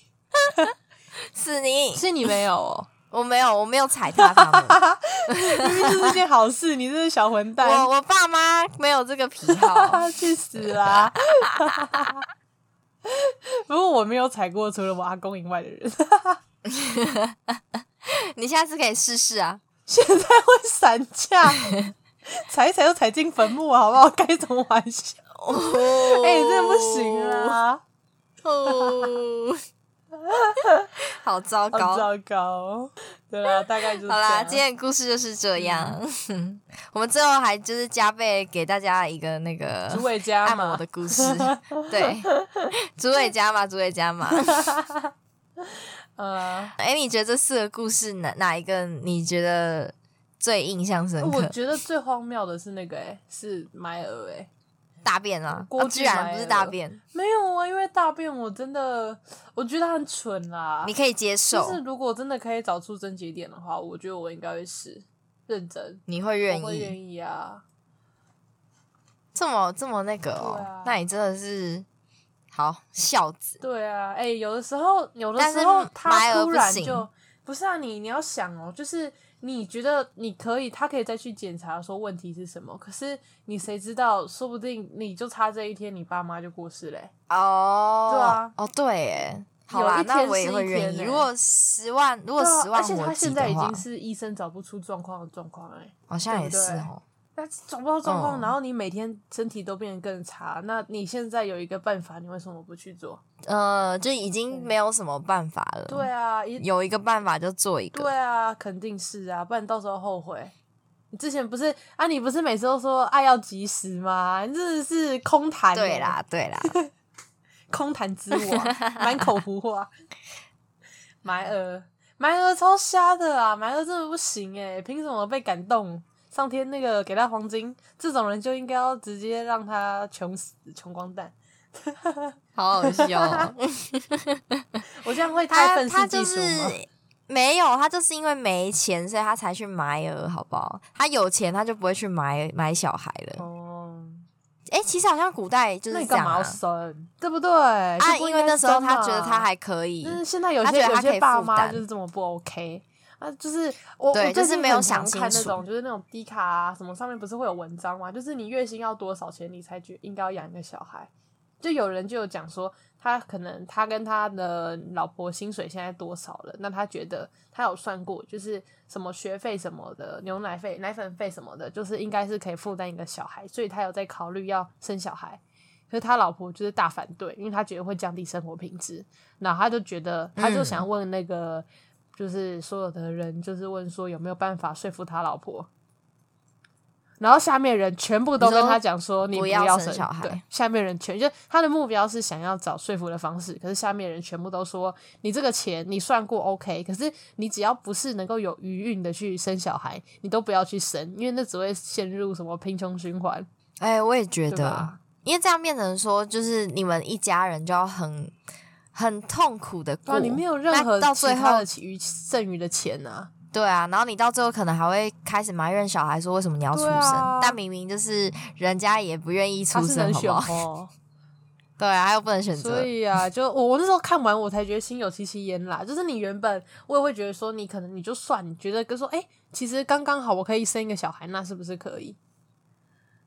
Speaker 4: 是你，
Speaker 5: 是你没有 哦，
Speaker 4: 我没有，我没有踩踏他们。
Speaker 5: 明明就是件好事，你这是小混蛋，
Speaker 4: 我我爸妈没有这个癖好，
Speaker 5: 去死啦！ 不过我没有踩过除了我阿公以外的人，
Speaker 4: 你下次可以试试啊。
Speaker 5: 现在会散 架，踩一踩就踩进坟墓，啊好不好？开什么玩笑？
Speaker 4: 哦，
Speaker 5: 哎、这不行！啊！
Speaker 4: 哦， 好糟
Speaker 5: 好
Speaker 4: 糕。
Speaker 5: 糟糕，对啦，大概就是
Speaker 4: 好
Speaker 5: 这
Speaker 4: 啦，
Speaker 5: 样
Speaker 4: 今天的故事就是这样。
Speaker 5: 嗯
Speaker 4: 我们最后还就是加倍给大家一个那个
Speaker 5: 主委家
Speaker 4: 按摩
Speaker 5: 嘛
Speaker 4: 的，故 事，对，主委加码，主委加码。
Speaker 5: 呃，
Speaker 4: 哎、你觉得这四个故事哪哪一个你觉得最印象深
Speaker 5: 我
Speaker 4: 刻？
Speaker 5: 觉得最荒谬的是那个、欸，是埋耳、欸，
Speaker 4: 大便啊，
Speaker 5: 郭
Speaker 4: 哦、
Speaker 5: 巨
Speaker 4: 居然
Speaker 5: 埋
Speaker 4: 不是
Speaker 5: 了
Speaker 4: 大便，
Speaker 5: 没有啊，因为大便我真的，我觉得很蠢啦。
Speaker 4: 你可以接受，
Speaker 5: 就是如果真的可以找出症结点的话，我觉得我应该会试，认真，
Speaker 4: 你会愿
Speaker 5: 我会
Speaker 4: 意。
Speaker 5: 愿意啊。
Speaker 4: 这么这么那个哦，
Speaker 5: 对啊
Speaker 4: 那你真的是好孝子。
Speaker 5: 对啊，哎、有的时候，有的
Speaker 4: 但
Speaker 5: 时
Speaker 4: 是
Speaker 5: 候
Speaker 4: 埋
Speaker 5: 他
Speaker 4: 儿
Speaker 5: 突
Speaker 4: 不
Speaker 5: 然
Speaker 4: 行
Speaker 5: 就不是啊，你你要想哦，就是你觉得你可以，他可以再去检查说问题是什么，可是你谁知道，说不定你就差这一天，你爸妈就过世嘞、
Speaker 4: 哦，
Speaker 5: 对啊
Speaker 4: 哦对耶，好
Speaker 5: 有
Speaker 4: 啦
Speaker 5: 一，天
Speaker 4: 那我也
Speaker 5: 是一
Speaker 4: 会愿
Speaker 5: 天
Speaker 4: 意。
Speaker 5: 耶
Speaker 4: 如果十万，如果
Speaker 5: 对啊
Speaker 4: 十万
Speaker 5: 而且
Speaker 4: 我
Speaker 5: 他
Speaker 4: 记
Speaker 5: 现在
Speaker 4: 的
Speaker 5: 已
Speaker 4: 话
Speaker 5: 经，是医生找不出状况的状况哎、
Speaker 4: 好像也
Speaker 5: 对不
Speaker 4: 是
Speaker 5: 对
Speaker 4: 哦。
Speaker 5: 那找不到状
Speaker 4: 嗯
Speaker 5: 况，然后你每天身体都变得更差，那你现在有一个办法，你为什么不去做？
Speaker 4: 呃，就已经没有什么办法了。
Speaker 5: 对，啊，一
Speaker 4: 有一个办法就做一个
Speaker 5: 对。啊，肯定是啊，不然到时候后悔。你之前不是啊？你不是每次都说爱要及时吗？你真的是空谈，欸
Speaker 4: 对啦，，对 啦，
Speaker 5: 空谈之 王，满口胡话。埋儿，埋儿超瞎的啊！埋儿真的不行哎、凭什么被感动？上天那个给他黄金，这种人就应该要直接让他穷死，穷光蛋。
Speaker 4: 好好笑哦。
Speaker 5: 我这样会太
Speaker 4: 他
Speaker 5: 愤世
Speaker 4: 他就
Speaker 5: 嫉俗
Speaker 4: 是
Speaker 5: 吗？
Speaker 4: 没有，他就是因为没钱，所以他才去埋儿，好不好？他有钱，他就不会去埋埋小孩了。
Speaker 5: 哦，
Speaker 4: 哎、其实好像古代就
Speaker 5: 那
Speaker 4: 是
Speaker 5: 你
Speaker 4: 这
Speaker 5: 干
Speaker 4: 样
Speaker 5: 嘛
Speaker 4: 啊
Speaker 5: 要。生？对不对？啊
Speaker 4: 啊，因为那时候他觉得他还可以，
Speaker 5: 嗯，现在有
Speaker 4: 他
Speaker 5: 些
Speaker 4: 觉得
Speaker 5: 有
Speaker 4: 他可以
Speaker 5: 些爸
Speaker 4: 负
Speaker 5: 妈
Speaker 4: 担
Speaker 5: 就是这么不 OK 啊，就是我
Speaker 4: 对
Speaker 5: 我最
Speaker 4: 就是
Speaker 5: 近
Speaker 4: 没有
Speaker 5: 很常
Speaker 4: 想清
Speaker 5: 看那
Speaker 4: 楚
Speaker 5: 种就是那种低卡啊什么上面不是会有文章嘛，就是你月薪要多少钱你才觉应该要养一个小孩，就有人就有讲说他可能他跟他的老婆薪水现在多少了，那他觉得他有算过，就是什么学费什么的、牛奶费、奶粉费什么的，就是应该是可以负担一个小孩，所以他有在考虑要生小孩。可是他老婆就是大反对，因为他觉得会降低生活品质，然后他就觉得
Speaker 4: 嗯
Speaker 5: 他就想问那个。就是所有的人，就是问说有没有办法说服他老婆，然后下面人全部都
Speaker 4: 你说
Speaker 5: 跟他讲说你
Speaker 4: 不要
Speaker 5: 要
Speaker 4: 生小孩
Speaker 5: 对，下面人全就他的目标是想要找说服的方式，可是下面人全部都说你这个钱你算过 OK，可是你只要不是能够有余韵的去生小孩，你都不要去生，因为那只会陷入什么贫穷循环，
Speaker 4: 哎、我也觉
Speaker 5: 对
Speaker 4: 得
Speaker 5: 吧，？
Speaker 4: 因为这样变成说，就是你们一家人就要很很痛苦的过，
Speaker 5: 啊，你没有任何
Speaker 4: 那到
Speaker 5: 其
Speaker 4: 最
Speaker 5: 他
Speaker 4: 后
Speaker 5: 的，余剩余的钱啊，
Speaker 4: 对啊，然后你到最后可能还会开始埋怨小孩说为什么你要出
Speaker 5: 对
Speaker 4: 生，
Speaker 5: 啊
Speaker 4: 但明明就是人家也不愿意
Speaker 5: 他
Speaker 4: 出
Speaker 5: 是
Speaker 4: 生，
Speaker 5: 能
Speaker 4: 好
Speaker 5: 选
Speaker 4: 不好？
Speaker 5: 哦。
Speaker 4: 对啊，又不能选择
Speaker 5: 所，以啊，就我我那时候看完我才觉得心有戚戚焉啦。就是你原本我也会觉得说，你可能你就算你觉得跟说，哎、其实刚刚好我可以生一个小孩，那是不是可以？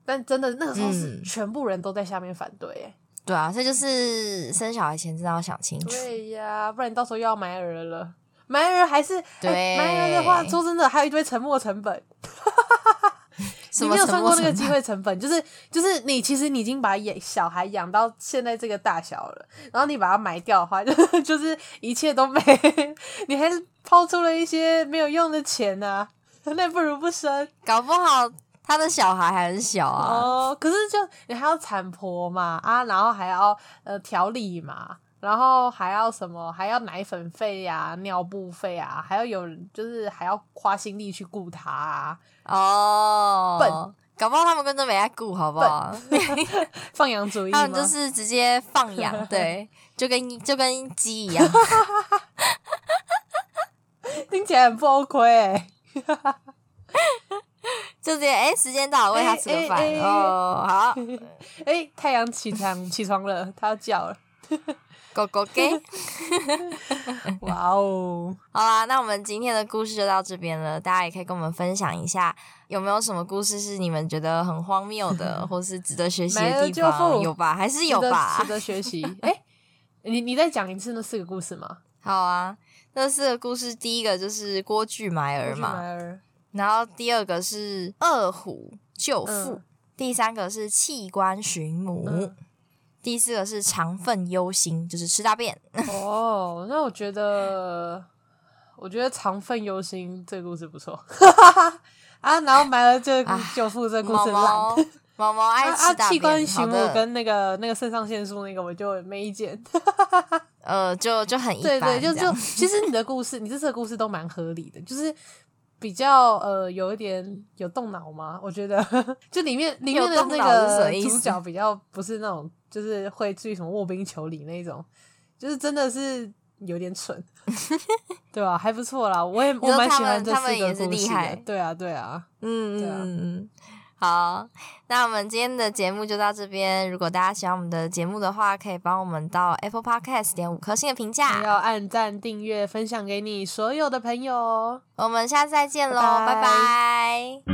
Speaker 5: 但真的那个时候是
Speaker 4: 嗯
Speaker 5: 全部人都在下面反对、哎、
Speaker 4: 对啊，这就是生小孩前真的要想清楚。
Speaker 5: 对呀，不然你到时候又要买儿了。买儿还是
Speaker 4: 对
Speaker 5: 哎买儿的话，说真的，还有一堆沉没成本。
Speaker 4: 什
Speaker 5: 你
Speaker 4: 么
Speaker 5: 没有
Speaker 4: 什
Speaker 5: 算
Speaker 4: 么
Speaker 5: 过
Speaker 4: 什
Speaker 5: 那
Speaker 4: 么
Speaker 5: 个机会成本，就是就是你其实你已经把养小孩养到现在这个大小了，然后你把它埋掉的话， 就就是一切都没， 你还抛出了一些没有用的钱呐、啊，那不如不生
Speaker 4: 搞不好他的小孩还很小啊。
Speaker 5: 哦。可是就你还要产婆嘛啊，然后还要呃调理嘛。然后还要什么？还要奶粉费呀、尿布费啊，还要有人就是还要花心力去顾他、啊，
Speaker 4: 哦，
Speaker 5: 笨，
Speaker 4: 搞不好他们根本没在顾，好不好？
Speaker 5: 放养主义
Speaker 4: 他
Speaker 5: 吗？
Speaker 4: 们啊就是直接放 养，对，就跟就跟鸡一样。
Speaker 5: 听起来很不 OK 欸、
Speaker 4: 就直接哎、时间到了，喂他吃个饭、
Speaker 5: 哎哎哎
Speaker 4: 哦。 好，
Speaker 5: 哎、太阳起床起床了，它要 叫了。
Speaker 4: 狗狗给。
Speaker 5: 哇哦，
Speaker 4: 好啦，那我们今天的故事就到这边了。大家也可以跟我们分享一下，有没有什么故事是你们觉得很荒谬 的，或是值得学习
Speaker 5: 买
Speaker 4: 的
Speaker 5: 了
Speaker 4: 地
Speaker 5: 就
Speaker 4: 方？
Speaker 5: 付
Speaker 4: 有吧？还是有吧
Speaker 5: 值得？值得 学习。哎、你你再讲一次那四个故事吗？
Speaker 4: 好啊，那四个故事，第一个就是郭巨埋儿嘛，
Speaker 5: 儿，
Speaker 4: 然后第二个是二虎救父，
Speaker 5: 嗯
Speaker 4: 第三个是器官寻母，
Speaker 5: 嗯
Speaker 4: 第四个是肠粪忧心，就是吃大便。
Speaker 5: 哦，那我觉得，我觉得肠粪忧心这个故事不错。 啊，然后埋了这个故
Speaker 4: 啊
Speaker 5: 舅父这个故
Speaker 4: 毛
Speaker 5: 事烂。
Speaker 4: 毛毛毛爱
Speaker 5: 啊
Speaker 4: 吃
Speaker 5: 啊！
Speaker 4: 大便，
Speaker 5: 器官
Speaker 4: 好
Speaker 5: 寻母
Speaker 4: 的
Speaker 5: 跟那个那个肾上腺素那个，我就没意见。
Speaker 4: 呃，就就很一
Speaker 5: 对
Speaker 4: 般，
Speaker 5: 对，就
Speaker 4: 这
Speaker 5: 就
Speaker 4: 样
Speaker 5: 其实你的故事，你这次的故事都蛮合理的，就是比较呃有一点有动脑吗？我觉得 就里面里
Speaker 4: 有
Speaker 5: 面的
Speaker 4: 动
Speaker 5: 那
Speaker 4: 脑是什么
Speaker 5: 个
Speaker 4: 意
Speaker 5: 主
Speaker 4: 思
Speaker 5: 角比较不是那种就是会去什么卧冰求鲤那一种，就是真的是有 点蠢，对吧、还不错啦，我也我
Speaker 4: 说
Speaker 5: 蛮
Speaker 4: 他
Speaker 5: 喜欢
Speaker 4: 们
Speaker 5: 这
Speaker 4: 他
Speaker 5: 四
Speaker 4: 们
Speaker 5: 个
Speaker 4: 也是
Speaker 5: 故
Speaker 4: 厉
Speaker 5: 事
Speaker 4: 害
Speaker 5: 的，对啊对啊，
Speaker 4: 嗯
Speaker 5: 对啊
Speaker 4: 嗯嗯。好，那我们今天的节目就到这边。如果大家喜欢我们的节目的话，可以帮我们到 Apple Podcast 点五颗星的评
Speaker 5: 还
Speaker 4: 价。
Speaker 5: 要按赞、订阅、分享给你所有的朋友哦。
Speaker 4: 我们下次再见喽，
Speaker 5: 拜
Speaker 4: 拜
Speaker 5: 拜
Speaker 4: 拜